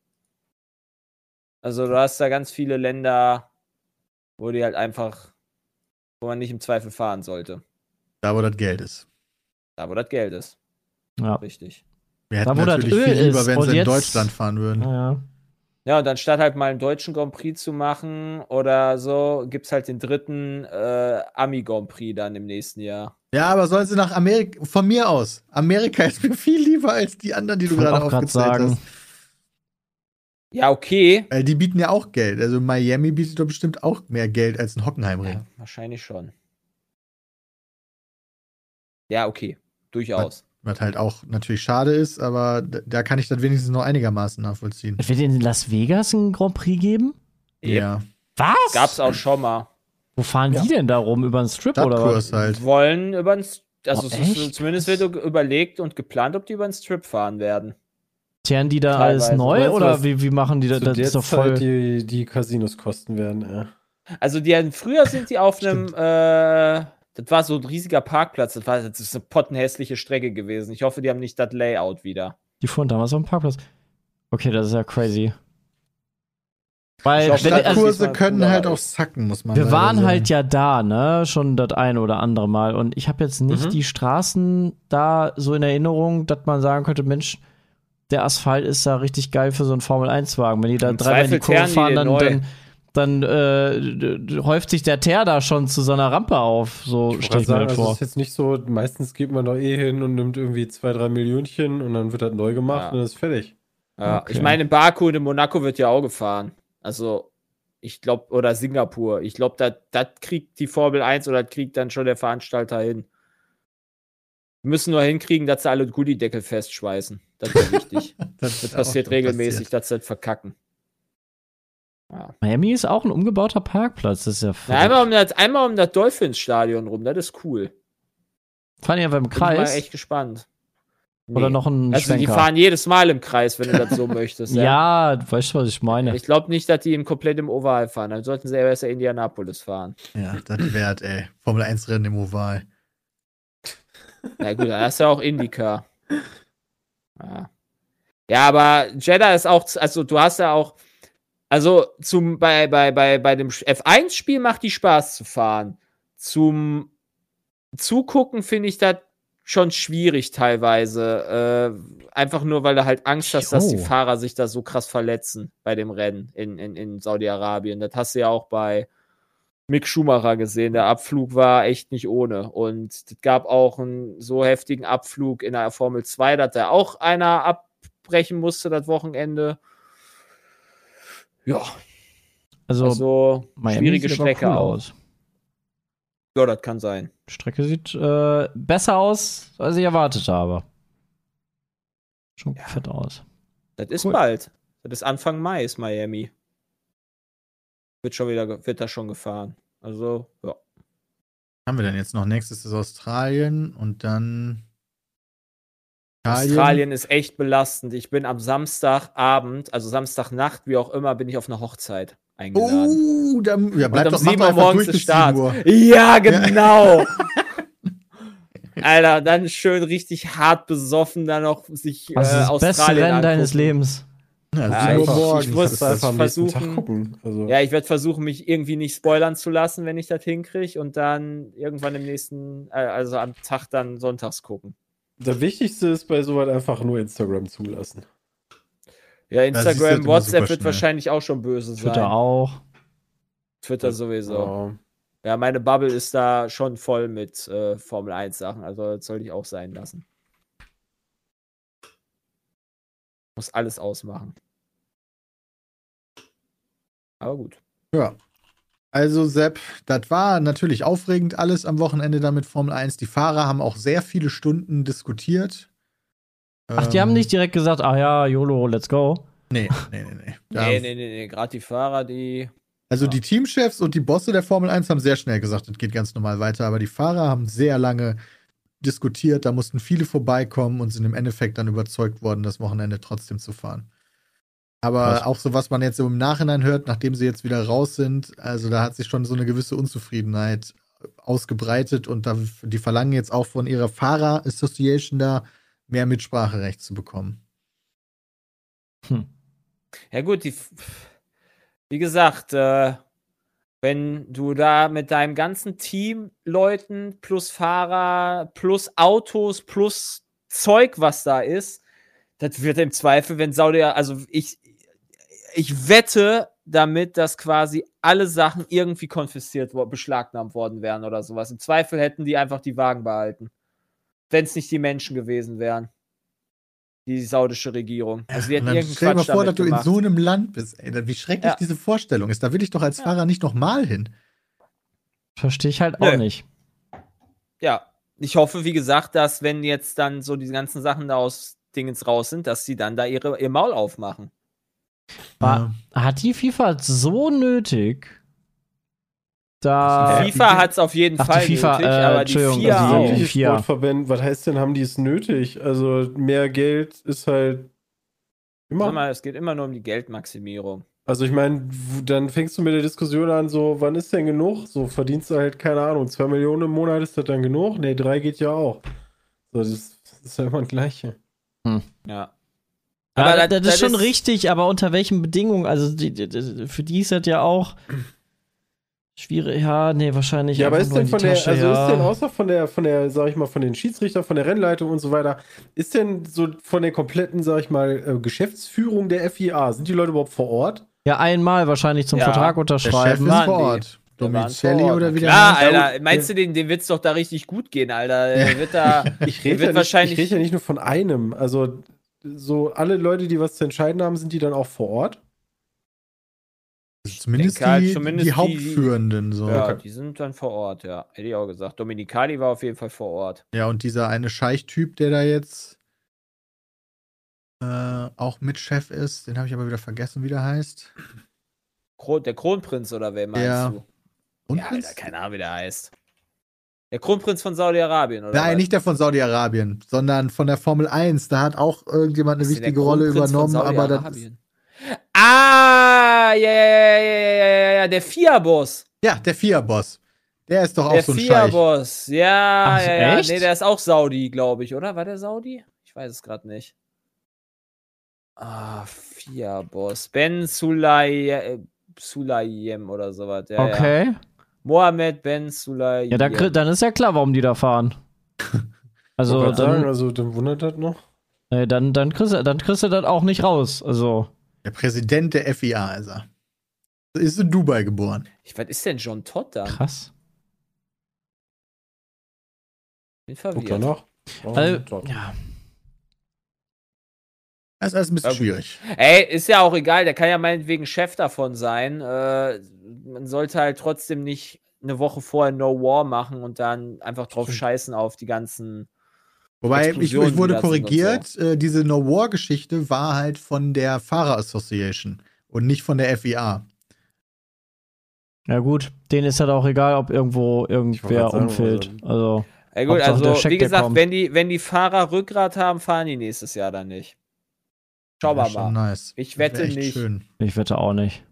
Also, du hast da ganz viele Länder, wo die halt einfach, wo man nicht im Zweifel fahren sollte.
Da, wo das Geld ist.
Da, wo das Geld ist.
ja.
Richtig.
Wir
Da,
hätten
wo das
natürlich
Öl
viel lieber,
ist.
wenn
Und
sie in
jetzt-
Deutschland fahren würden.
Ja.
Ja, und anstatt halt mal einen deutschen Grand Prix zu machen oder so, gibt es halt den dritten äh, Ami Grand Prix dann im nächsten Jahr.
Ja, aber sollen sie nach Amerika, von mir aus. Amerika ist mir viel lieber als die anderen, die du
Ich wollte
gerade
auch grad
aufgezählt
sagen.
hast.
Ja, okay.
Weil die bieten ja auch Geld. Also Miami bietet doch bestimmt auch mehr Geld als ein Hockenheimring.
Ja, wahrscheinlich schon. Ja, okay. Durchaus.
Was halt auch natürlich schade ist, aber da, da kann ich das wenigstens noch einigermaßen nachvollziehen.
Es Wird in Las Vegas einen Grand Prix geben?
Ja.
Was?
Gab's auch schon mal.
Wo fahren die denn da rum? Über einen Strip oder was?
Stadtkurs halt.
Wollen über den, S- also
Oh,
es ist-
echt?
zumindest wird u- überlegt und geplant, ob die über den Strip fahren werden.
Zehren die da alles
Teilweise.
neu
Meinst du,
oder
was
wie, wie machen die da?
Zu
Das
der
ist doch
Zeit,
voll.
die, die Casinos kosten werden. Ja.
Also die hatten- früher sind die auf einem, äh, das war so ein riesiger Parkplatz, das, war, das ist eine pottenhässliche Strecke gewesen. Ich hoffe, die haben nicht das Layout wieder.
Die fuhren damals auf dem Parkplatz. Okay, das ist ja crazy. Weil,
Ich glaub,
wenn,
Stadt-
also,
Stadtkurse
also-
können halt auch
ist.
sacken, muss man
wir
leider
waren
sagen.
halt ja da, ne? Schon das eine oder andere Mal. Und ich habe jetzt nicht
Mhm.
die Straßen da so in Erinnerung, dass man sagen könnte, Mensch, der Asphalt ist da richtig geil für so einen Formel-1-Wagen. Wenn die da
Im
dreimal in die
Zweifel
Kurve
teeren die
fahren,
den
dann,
neu.
dann, dann äh, d- d- häuft sich der Teer da schon zu so einer Rampe auf. So
Ich
stelle ich
wollte
mir
sagen,
das
also es
vor.
ist jetzt nicht so, meistens geht man doch eh hin und nimmt irgendwie zwei, drei Millionchen und dann wird das neu gemacht
Ja.
und dann ist fertig.
Ja,
Okay.
Ich meine, in Baku und in Monaco wird ja auch gefahren. Also, ich glaube, oder Singapur. Ich glaube, das kriegt die Formel 1 oder das kriegt dann schon der Veranstalter hin. Wir müssen nur hinkriegen, dass sie alle Gullideckel festschweißen. Das ist wichtig.
Das,
Das
wird auch
passiert
schon
regelmäßig,
passiert.
dass sie das verkacken. Ja.
Miami ist auch ein umgebauter Parkplatz. Das ist ja
Na, einmal, um das, einmal um das Dolphins-Stadion rum, das ist cool. Bin
Fahren die einfach im
ich mal
Kreis
echt gespannt.
oder
Nee.
noch ein
Also, die
Schwenker?
fahren jedes Mal im Kreis, wenn du das so möchtest.
ja, ne. du weißt schon, was ich meine.
Ich glaube nicht, dass die im komplett im Oval fahren. Dann sollten sie eher besser Indianapolis fahren.
Ja, das wert, ey. Formel 1 Rennen im Oval.
Na gut, dann hast du ja auch Indica. Ja. ja, aber Jeddah ist auch, z- also du hast ja auch, also zum, bei, bei, bei, bei dem F1-Spiel macht die Spaß zu fahren. Zum Zugucken finde ich das schon schwierig teilweise. Äh, einfach nur, weil du halt Angst hast, dass die
Jo.
Fahrer sich da so krass verletzen bei dem Rennen in, in, in Saudi-Arabien. Das hast du ja auch bei Mick Schumacher gesehen. Der Abflug war echt nicht ohne. Und es gab auch einen so heftigen Abflug in der Formel 2, dass da auch einer abbrechen musste das Wochenende. Ja,
Also,
also
Miami
schwierige
sieht aber
Strecke
cool
auch.
aus.
Ja, das kann sein.
Strecke sieht äh, besser aus, als ich erwartet habe. Schon fett aus.
Das ist
Cool.
bald. Das ist Anfang Mai ist Miami. Wird schon wieder, ge- wird da schon gefahren. Also, ja.
Haben wir denn jetzt noch? Nächstes ist Australien und dann.
Australien ist echt belastend. Ich bin am Samstagabend, also Samstagnacht, wie auch immer, bin ich auf eine Hochzeit eingeladen.
Oh, dann ja,
Und
bleibt
um
doch, mach
7
doch
Uhr
einfach
morgens
durch
ist
bis 7
Start.
Uhr.
Oh.
Ja, genau. Alter, dann schön richtig hart besoffen, dann noch sich
Also Das
äh,
ist das beste
Australien
Rennen deines
angucken.
Lebens.
Ja,
Ja,
sieben
ich-
Uhr
ich
morgens.
muss-
Das
Das
ist-
einfach am nächsten
versuchen-
Tag gucken. Also,
Ja, ich werde versuchen, mich irgendwie nicht spoilern zu lassen, wenn ich das hinkriege und dann irgendwann im nächsten, äh, also am Tag dann sonntags gucken.
Das Wichtigste ist bei soweit einfach nur Instagram zulassen.
Ja,
siehst du halt
Instagram,
immer
WhatsApp
super
wird
schnell.
wahrscheinlich auch schon böse sein.
Twitter auch.
Twitter sowieso.
Oh.
Ja, meine Bubble ist da schon voll mit äh, Formel 1 Sachen, also das sollte ich auch sein lassen. Muss alles ausmachen. Aber gut.
Ja. Also, Sepp, das war natürlich aufregend alles am Wochenende damit Formel 1. Die Fahrer haben auch sehr viele Stunden diskutiert.
Ach, die
Ähm,
haben nicht direkt gesagt, ah ja, YOLO, let's go.
Nee, nee, nee. nee. Da,
Nee, nee, nee, nee. gerade die Fahrer, die.
Also, die Teamchefs und die Bosse der Formel 1 haben sehr schnell gesagt, das geht ganz normal weiter. Aber die Fahrer haben sehr lange diskutiert. Da mussten viele vorbeikommen und sind im Endeffekt dann überzeugt worden, das Wochenende trotzdem zu fahren. Aber
Krass.
auch so, was man jetzt im Nachhinein hört, nachdem sie jetzt wieder raus sind, also da hat sich schon so eine gewisse Unzufriedenheit ausgebreitet und da, die verlangen jetzt auch von ihrer Fahrer Association da mehr Mitspracherecht zu bekommen.
Hm.
Ja, gut, die. Wie gesagt, äh, wenn du da mit deinem ganzen Team Leuten plus Fahrer plus Autos plus Zeug, was da ist, das wird im Zweifel, wenn Saudi, also ich, ich wette damit, dass quasi alle Sachen irgendwie konfisziert, wo- beschlagnahmt worden wären oder sowas. Im Zweifel hätten die einfach die Wagen behalten, wenn es nicht die Menschen gewesen wären. Die saudische Regierung. Also die
Und
hätten
dann
irgendeinen
stell dir mal
Quatsch
vor, dass
damit
du in
gemacht.
so einem Land bist. Ey, wie schrecklich
Ja.
diese Vorstellung ist. Da will ich doch als Fahrer nicht nochmal hin.
Verstehe ich halt auch
Nö.
nicht.
ja, ich hoffe, wie gesagt, dass wenn jetzt dann so diese ganzen Sachen da aus Dingens raus sind, dass sie dann da ihre, ihr Maul aufmachen.
War, Hat die FIFA so nötig? Da.
Die FIFA hat es auf jeden
Ach, Äh, die FIFA,
Fall nötig,
äh,
aber die
Entschuldigung,
Also
FIA auch.
sämtliche
Vier.
Sportverbände, was heißt denn, haben die es nötig? Also mehr Geld ist halt
Sag
immer.
mal, es geht immer nur um die Geldmaximierung.
Also ich meine, w- dann fängst du mit der Diskussion an, so, wann ist denn genug? So verdienst du halt, keine Ahnung, zwei Millionen im Monat ist das dann genug? Nee, drei geht ja auch. So, das ist, das ist ja immer das Gleiche.
Ja.
Ja, das, das ist schon richtig, aber unter welchen Bedingungen? Also die, die, die, für die ist das ja auch schwierig. Ja, nee, wahrscheinlich.
Ja, aber
einfach
ist
nur in
denn
die
von der,
Tasche,
also
ja.
ist denn außer von der, von der, sag ich mal, von den Schiedsrichter, von der Rennleitung und so weiter, ist denn so von der kompletten, sag ich mal, äh, Geschäftsführung der FIA, sind die Leute überhaupt vor Ort?
ja, einmal wahrscheinlich zum
Ja.
Vertrag
Der Chef
unterschreiben.
ist
Mann,
vor
die-
Ort.
der war ein
Domicelli
Torwart, ne?
oder wie der
Klar,
heißt.
Alter, meinst du, dem, dem wird's doch da richtig gut gehen, Alter? Der wird da,
Ich
der wird
rede ja, nicht- ich
wahrscheinlich.
red ja nicht nur von einem. Also, so alle Leute, die was zu entscheiden haben, sind die dann auch vor Ort?
Also Zumindest,
denke halt,
die,
zumindest
die
die-
Hauptführenden. So.
ja,
Ja.
die sind dann vor Ort, ja. Hätte ich auch gesagt. Dominikali war auf jeden Fall vor Ort.
und dieser eine Scheich-Typ, der da jetzt äh, auch Mitchef ist, den habe ich aber wieder vergessen, wie der heißt.
Kro der Kronprinz oder wer meinst
Ja.
du?
Und
Ja,
Prinz?
Alter, keine Ahnung, wie der heißt. Der Kronprinz von Saudi-Arabien, oder?
Nein,
was?
nicht der von Saudi-Arabien, sondern von der Formel 1. Da hat auch irgendjemand eine
Ist denn der
wichtige Rolle
Kronprinz von
übernommen, aber das ist,
Saudi-Arabien? Ah, ja, ja, ja, ja, ja, ja, ja, der FIA-Boss.
Ja, der FIA-Boss. Der ist doch auch
Der
so ein Scheich.
FIA-Boss. Ja,
Ach,
ja, ja.
echt?
Nee, der ist auch Saudi, glaube ich, oder? War der Saudi? Ich weiß es gerade nicht. Ah, FIA-Boss. Ben Sulayem, äh, Sulayem oder sowas. Ja, Ja.
okay.
Mohammed Ben Sulayem.
Ja, da, kri- dann ist ja klar, warum die da fahren.
Ich
Also
wollte gerade sagen,
dann,
also dann wundert das noch.
äh,
nee, dann, dann, kriegst, du- dann kriegst du das auch nicht raus. Also.
Der Präsident der FIA ist er. Ist in Dubai geboren.
Ich, was ist denn John Todd da?
Krass.
Bin
Guck da
verwirrt.
noch. Oh,
Also,
dort.
ja.
Das ist alles ein bisschen
Ja, gut.
schwierig.
Ey, ist ja auch egal, der kann ja meinetwegen Chef davon sein. Äh, man sollte halt trotzdem nicht eine Woche vorher No War machen und dann einfach drauf scheißen auf die ganzen.
Wobei, ich,
Explosionen,
ich wurde
die da sind und
korrigiert, äh, diese No-War-Geschichte war halt von der Fahrer Association und nicht von der FIA.
ja, gut. Denen ist halt auch egal, ob irgendwo irgendwer
grad sagen,
umfällt. Also.
Ey, gut,
Hauptsache, der
also
Scheck,
wie
der
gesagt,
kommt.
wenn die, wenn die Fahrer Rückgrat haben, fahren die nächstes Jahr dann nicht. Schauen
Wär
wir
schon
mal.
Nice.
Ich
Wär
wette
echt
nicht.
Schön.
Ich wette auch nicht.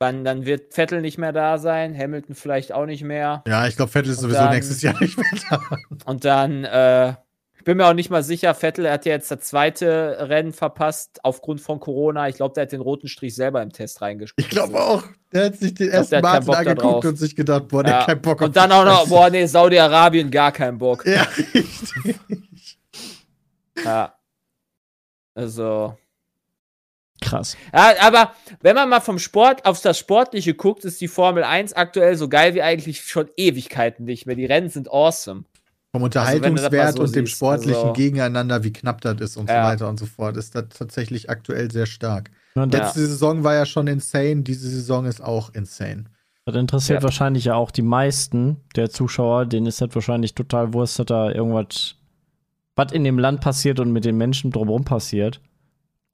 Dann, dann wird Vettel nicht mehr da sein, Hamilton vielleicht auch nicht mehr.
Ja, ich glaube, Vettel ist
Und
sowieso
dann-
nächstes Jahr nicht mehr da.
Und dann, äh, ich bin mir auch nicht mal sicher, Vettel hat ja jetzt das zweite Rennen verpasst aufgrund von Corona. Ich glaube, der hat den roten Strich selber im Test reingeschrieben.
Ich glaube auch. Der hat sich den
glaub,
ersten
der hat keinen
Martin
Bock da
angeguckt
drauf.
und sich gedacht, boah, der
Ja.
hat keinen Bock
Und dann auch noch, boah, nee, Saudi-Arabien, gar keinen Bock.
Oh Ja, richtig.
Ja. Also,
krass.
Ja, aber wenn man mal vom Sport auf das Sportliche guckt, ist die Formel 1 aktuell so geil wie eigentlich schon Ewigkeiten nicht mehr. Die Rennen sind awesome.
Vom
Also wenn du das mal
Unterhaltungswert
so
und dem
siehst,
sportlichen
also-
Gegeneinander, wie knapp das ist und
Ja.
so weiter und so fort, ist das tatsächlich aktuell sehr stark.
Und das,
Ja.
Letzte Saison war ja schon insane, diese Saison ist auch insane.
das interessiert
Ja.
wahrscheinlich ja auch die meisten der Zuschauer. Denen ist das wahrscheinlich total Wurst, dass da irgendwas, was in dem Land passiert und mit den Menschen drumherum passiert.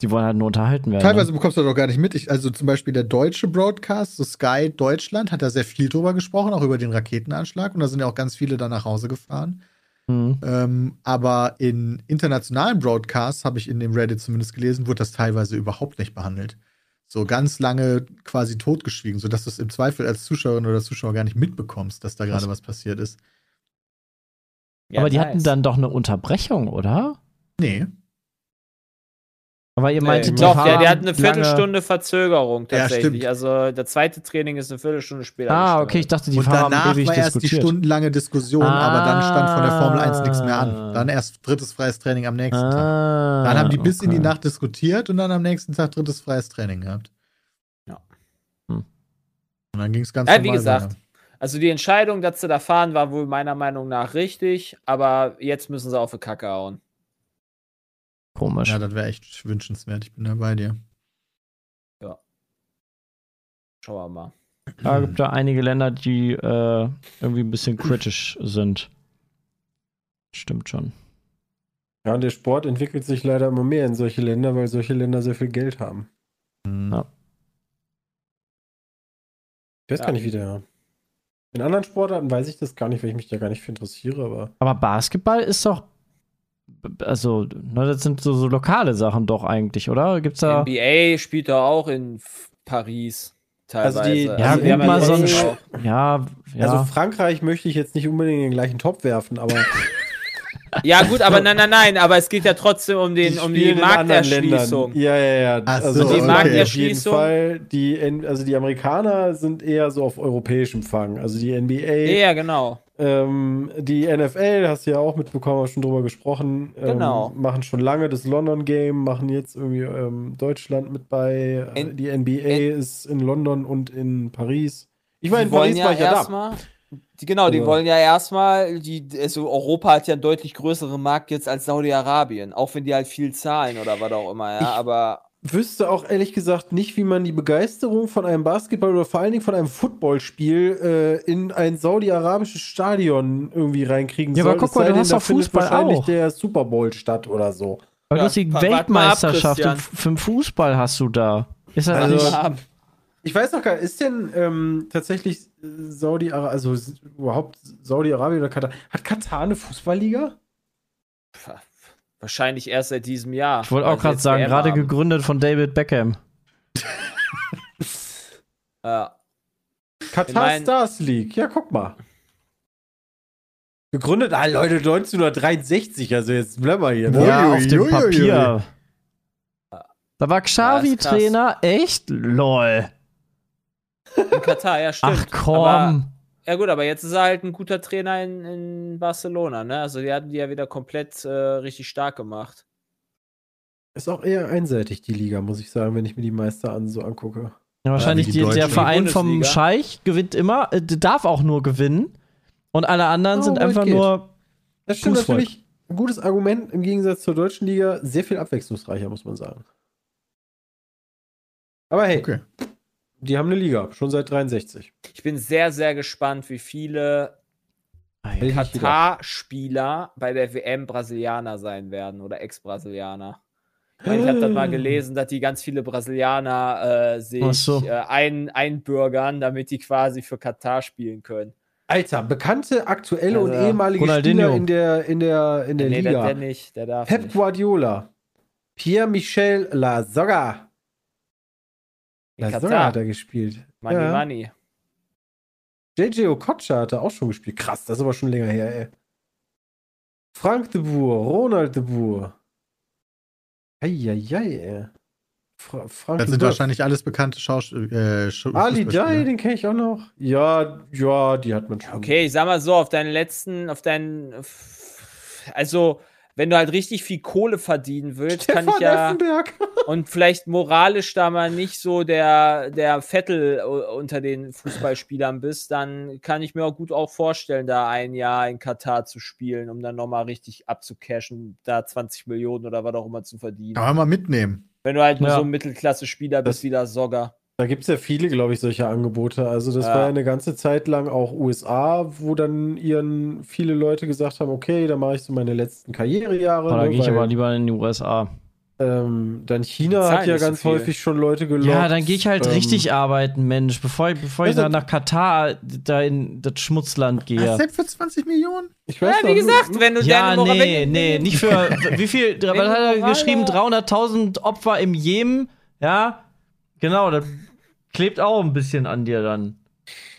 Die wollen halt nur unterhalten
ne?
werden.
Teilweise bekommst du das auch gar nicht mit. Ich, also zum Beispiel der deutsche Broadcast, so Sky Deutschland, hat da sehr viel drüber gesprochen, auch über den Raketenanschlag. Und da sind ja auch ganz viele dann nach Hause gefahren.
Ne? Mhm.
Ähm, aber in internationalen Broadcasts, habe ich in dem Reddit zumindest gelesen, wurde das teilweise überhaupt nicht behandelt. So ganz lange quasi totgeschwiegen, sodass du es im Zweifel als Zuschauerin oder Zuschauer gar nicht mitbekommst, dass da gerade was passiert ist.
Ja,
Aber die
nice.
hatten dann doch eine Unterbrechung, oder?
Nee.
Aber ihr meintet,
Nee,
die
Doch, der, der hat
haben
eine
lange-
Viertelstunde Verzögerung
Ja,
tatsächlich.
stimmt.
also der zweite Training ist eine Viertelstunde später.
Ah,
gestartet.
okay, ich dachte, die
und
Fahrer
danach
haben ewig
war erst die
diskutiert.
stundenlange Diskussion, aber dann stand von der Formel 1 nichts mehr an. Dann erst drittes freies Training am nächsten Tag.
Ah,
Dann haben die bis in die
okay.
Nacht diskutiert und dann am nächsten Tag drittes freies Training gehabt.
Ja.
Hm.
Und dann ging es ganz
Ja, wie
normal
gesagt,
weiter.
Also die Entscheidung, dass sie da fahren, war wohl meiner Meinung nach richtig, aber jetzt müssen sie auf die Kacke hauen.
Komisch.
Ja, das wäre echt wünschenswert. Ich bin da bei dir.
Schauen wir mal.
Da gibt da einige Länder, die äh, irgendwie ein bisschen kritisch sind. Stimmt schon.
Ja, und der Sport entwickelt sich leider immer mehr in solche Länder, weil solche Länder sehr viel Geld haben.
Mhm.
Ja.
Ich weiß
Ja.
gar nicht, wie der. In anderen Sportarten weiß ich das gar nicht, weil ich mich da gar nicht für interessiere, aber.
Aber Basketball ist doch. Also, ne, das sind so, so lokale Sachen doch eigentlich, oder? Gibt's da.
NBA spielt da auch in F- Paris teilweise.
Also die-
Ja,
Also,
die
gut,
haben
mal so ein.
trotzdem
Sch-
auch-
Ja, ja.
Also Frankreich möchte ich jetzt nicht unbedingt in den gleichen Topf werfen, aber
ja, gut, aber nein, nein, nein, aber es geht ja trotzdem um, den, um die
spielen in anderen
Markterschließung.
Ländern. Ja, ja, ja.
Ach so,
die
okay.
auf jeden
Markterschließung.
Fall, die, N- also die Amerikaner sind eher so auf europäischem Fang. Also die NBA,
Ja, genau.
ähm, die NFL, hast du ja auch mitbekommen, haben wir schon drüber gesprochen. Ähm,
Genau.
Machen schon lange das London Game, machen jetzt irgendwie ähm, Deutschland mit bei. Äh,
In-
die NBA ist in London und in Paris. Ich war in
Die wollen
Paris,
ja
war ich ja da.
erstmal. Die, genau, die
Oh.
Also-
wollen ja erstmal, die, also Europa hat ja einen deutlich größeren Markt jetzt als Saudi-Arabien, auch wenn die halt viel zahlen oder was auch immer, ja.
Ich-
aber
wüsste auch ehrlich gesagt nicht, wie man die Begeisterung von einem Basketball oder vor allen Dingen von einem Footballspiel äh, in ein saudi-arabisches Stadion irgendwie reinkriegen
Ja, aber
soll.
guck
Es
mal,
sei
du
denn,
hast
da
doch
findet
Fußball
wahrscheinlich
auch.
der Super Bowl statt oder so.
Aber du hast die
Ja, warte mal ab,
Weltmeisterschaft
Christian.
im, F- im Fußball hast du da. Ist das
Also-
nicht.
Ja,
Ich weiß noch gar nicht, ist denn ähm, tatsächlich äh, Saudi-Arabien, also s- überhaupt Saudi-Arabien oder Katar, hat Katar eine Fußballliga?
pf, wahrscheinlich erst seit diesem Jahr. Also
Ich wollte auch gerade sagen, gerade
gegründet.
gegründet von David Beckham.
Ja. Ich
Katar
mein-
Stars League, ja, guck mal. Gegründet, ah Leute, 1963, also jetzt bleiben wir hier. ne?
ja,
Ui,
auf
ui,
dem
ui, ui,
Papier. Da war
Ja,
Xavi
ist krass.
Trainer, echt? Lol.
In Katar, ja, stimmt.
Ach komm.
Aber, ja, gut, aber jetzt ist er halt ein guter Trainer in, in Barcelona, ne? Also, die hatten die ja wieder komplett äh, richtig stark gemacht.
Ist auch eher einseitig, die Liga, muss ich sagen, wenn ich mir die Meister an so angucke.
Ja, wahrscheinlich
wie die
die, der
Deutschen.
Verein
Die
vom
Bundesliga.
Scheich gewinnt immer, äh, der darf auch nur gewinnen. Und alle anderen
Oh,
sind
weit
einfach
geht.
nur.
Das stimmt
Fußvolk.
natürlich. Ein gutes Argument im Gegensatz zur deutschen Liga, sehr viel abwechslungsreicher, muss man sagen. Aber hey,
Okay.
die haben eine Liga, schon seit 63.
Ich bin sehr, sehr gespannt, wie viele
Ah,
Hätte ich nicht gedacht.
Katar-Spieler bei der WM Brasilianer sein werden oder Ex-Brasilianer. Ich, meine, ich habe das
Äh.
mal gelesen, dass die ganz viele Brasilianer
Ach
äh, sich
so.
äh, ein, einbürgern, damit die quasi für Katar spielen können.
Alter, bekannte, aktuelle und
Also,
ehemalige
Ronaldinho.
Spieler in der, in der, in der
Äh, nee,
Liga.
Der, der nicht, der darf
Pep
nicht.
Guardiola, Pierre-Michel Lasogga.
In
Lasogga
Katar,
hat er gespielt.
Money,
ja.
Money.
JJ Okocha hat er auch schon gespielt. Krass, das ist aber schon länger her, ey. Frank de Boer, Ronald de Boer. Eieiei, ey. Fra Frank
Das
de
sind
Boer.
wahrscheinlich alles bekannte Schauspieler. Äh, Schu-
Ali Jai,
Fußballspieler.
den kenne ich auch noch. Ja, ja, die hat man schon.
Okay, ich sag mal so, auf deinen letzten, auf deinen. Also, wenn du halt richtig viel Kohle verdienen willst, kann ich ja
Effenberg.
und vielleicht moralisch da mal nicht so der, der Vettel u- unter den Fußballspielern bist, dann kann ich mir auch gut auch vorstellen, da ein Jahr in Katar zu spielen, um dann nochmal richtig abzucashen, da 20 Millionen oder was auch immer zu verdienen.
Kann man mal mitnehmen.
Wenn du halt nur
Ja.
so ein Mittelklasse-Spieler bist wie der Sogger.
Da gibt es ja viele, glaube ich, solche Angebote. Also das
Ja.
war ja eine ganze Zeit lang auch USA, wo dann ihren viele Leute gesagt haben, okay, da mache ich so meine letzten Karrierejahre.
Boah, Oh, da
ne,
gehe ich
weil,
aber lieber in die USA.
ähm, dann
Die
China
zahlen
hat ja
nicht so
ganz
viel.
häufig schon Leute gelockt.
Ja, dann gehe ich halt
ähm,
richtig arbeiten, Mensch. Bevor ich, bevor ich
also-
da nach Katar, äh, da in das Schmutzland
Ja.
gehe.
Set für 20 Millionen?
Ich weiß
ja,
noch,
wie gesagt, wenn du
Ja,
deine Moral-
nee,
wenn-
nee, nicht für. Wie viel? Was
du
hat er
Moral-
geschrieben? 300.000 Opfer im Jemen. Ja, genau, das klebt auch ein bisschen an dir dann.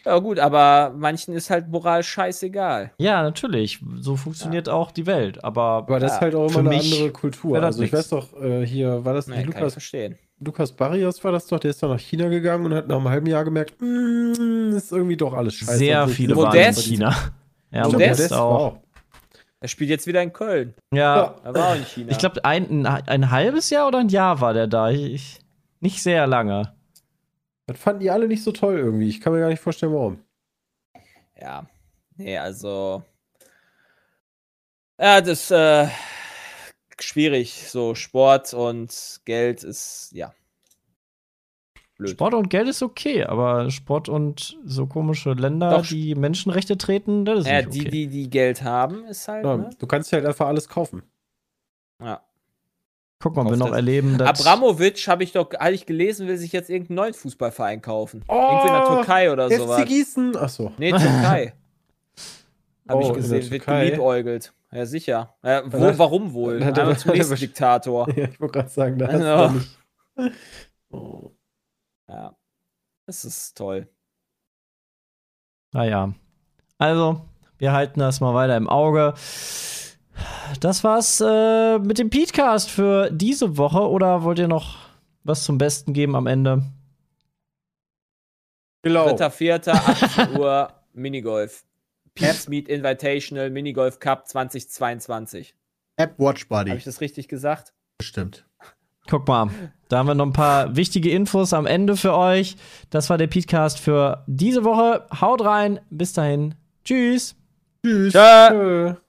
Ja, gut, aber manchen ist halt Moral scheißegal.
Ja, natürlich. So funktioniert auch die Welt. Aber
Aber das
Ja,
ist halt auch
für
immer eine
mich
andere Kultur.
wär das
Also ich
nix.
weiß doch, äh, hier war das
Nee,
nicht
kann ich
Lukas,
verstehen.
Lukas Barrios war das doch, der ist doch nach China gegangen und hat nach einem halben Jahr gemerkt, mm, ist irgendwie doch alles scheiße.
sehr
Und so-
viele waren in
Modest.
China. Ja,
Modest
Modest
war
auch.
Er spielt jetzt wieder in Köln.
Ja,
Er war auch in China.
ich glaube, ein, ein, ein halbes Jahr oder ein Jahr war der da. Ich, ich, nicht sehr lange.
Das fanden die alle nicht so toll irgendwie. Ich kann mir gar nicht vorstellen, warum.
Ja. Nee, also. Ja, das ist äh, schwierig. So, Sport und Geld ist, ja. Blöd.
Sport und Geld ist okay, aber Sport und so komische Länder,
Doch.
die Menschenrechte treten, das ist
Ja,
nicht okay.
die, die, die Geld haben, ist halt,
Ja,
ne?
Du kannst dir halt einfach alles kaufen.
Ja.
Guck mal, wir
Auf
noch
das-
erleben, dass
Abramovic habe ich doch, hatte ich gelesen, will sich jetzt irgendeinen neuen Fußballverein kaufen.
Oh,
Irgendwie in der Türkei oder sowas.
FC Gießen. Achso.
Nee, Türkei. Habe
Oh, in
ich
der
gesehen, wird
Türkei?
geliebäugelt. Ja, sicher. Ja,
Dann
wo,
hat-
warum wohl?
dann hat er-
Einmal zum
dann hat
nächsten
er best-
Diktator.
Ja, ich wollte gerade sagen, da hast
Ja.
du nicht. Oh.
Ja. Das ist toll.
Naja. Also, wir halten das mal weiter im Auge. Das war's äh, mit dem Podcast für diese Woche. Oder wollt ihr noch was zum Besten geben am Ende?
Genau.
Dritter, vierter, 18 Uhr, Minigolf. Peace Meet Invitational Minigolf Cup 2022.
App Watch
Habe
Buddy.
ich das richtig gesagt?
Bestimmt.
Guck mal, da haben wir noch ein paar wichtige Infos am Ende für euch. Das war der Podcast für diese Woche. Haut rein, bis dahin. Tschüss.
Äh,
Tschüss.
Tschö.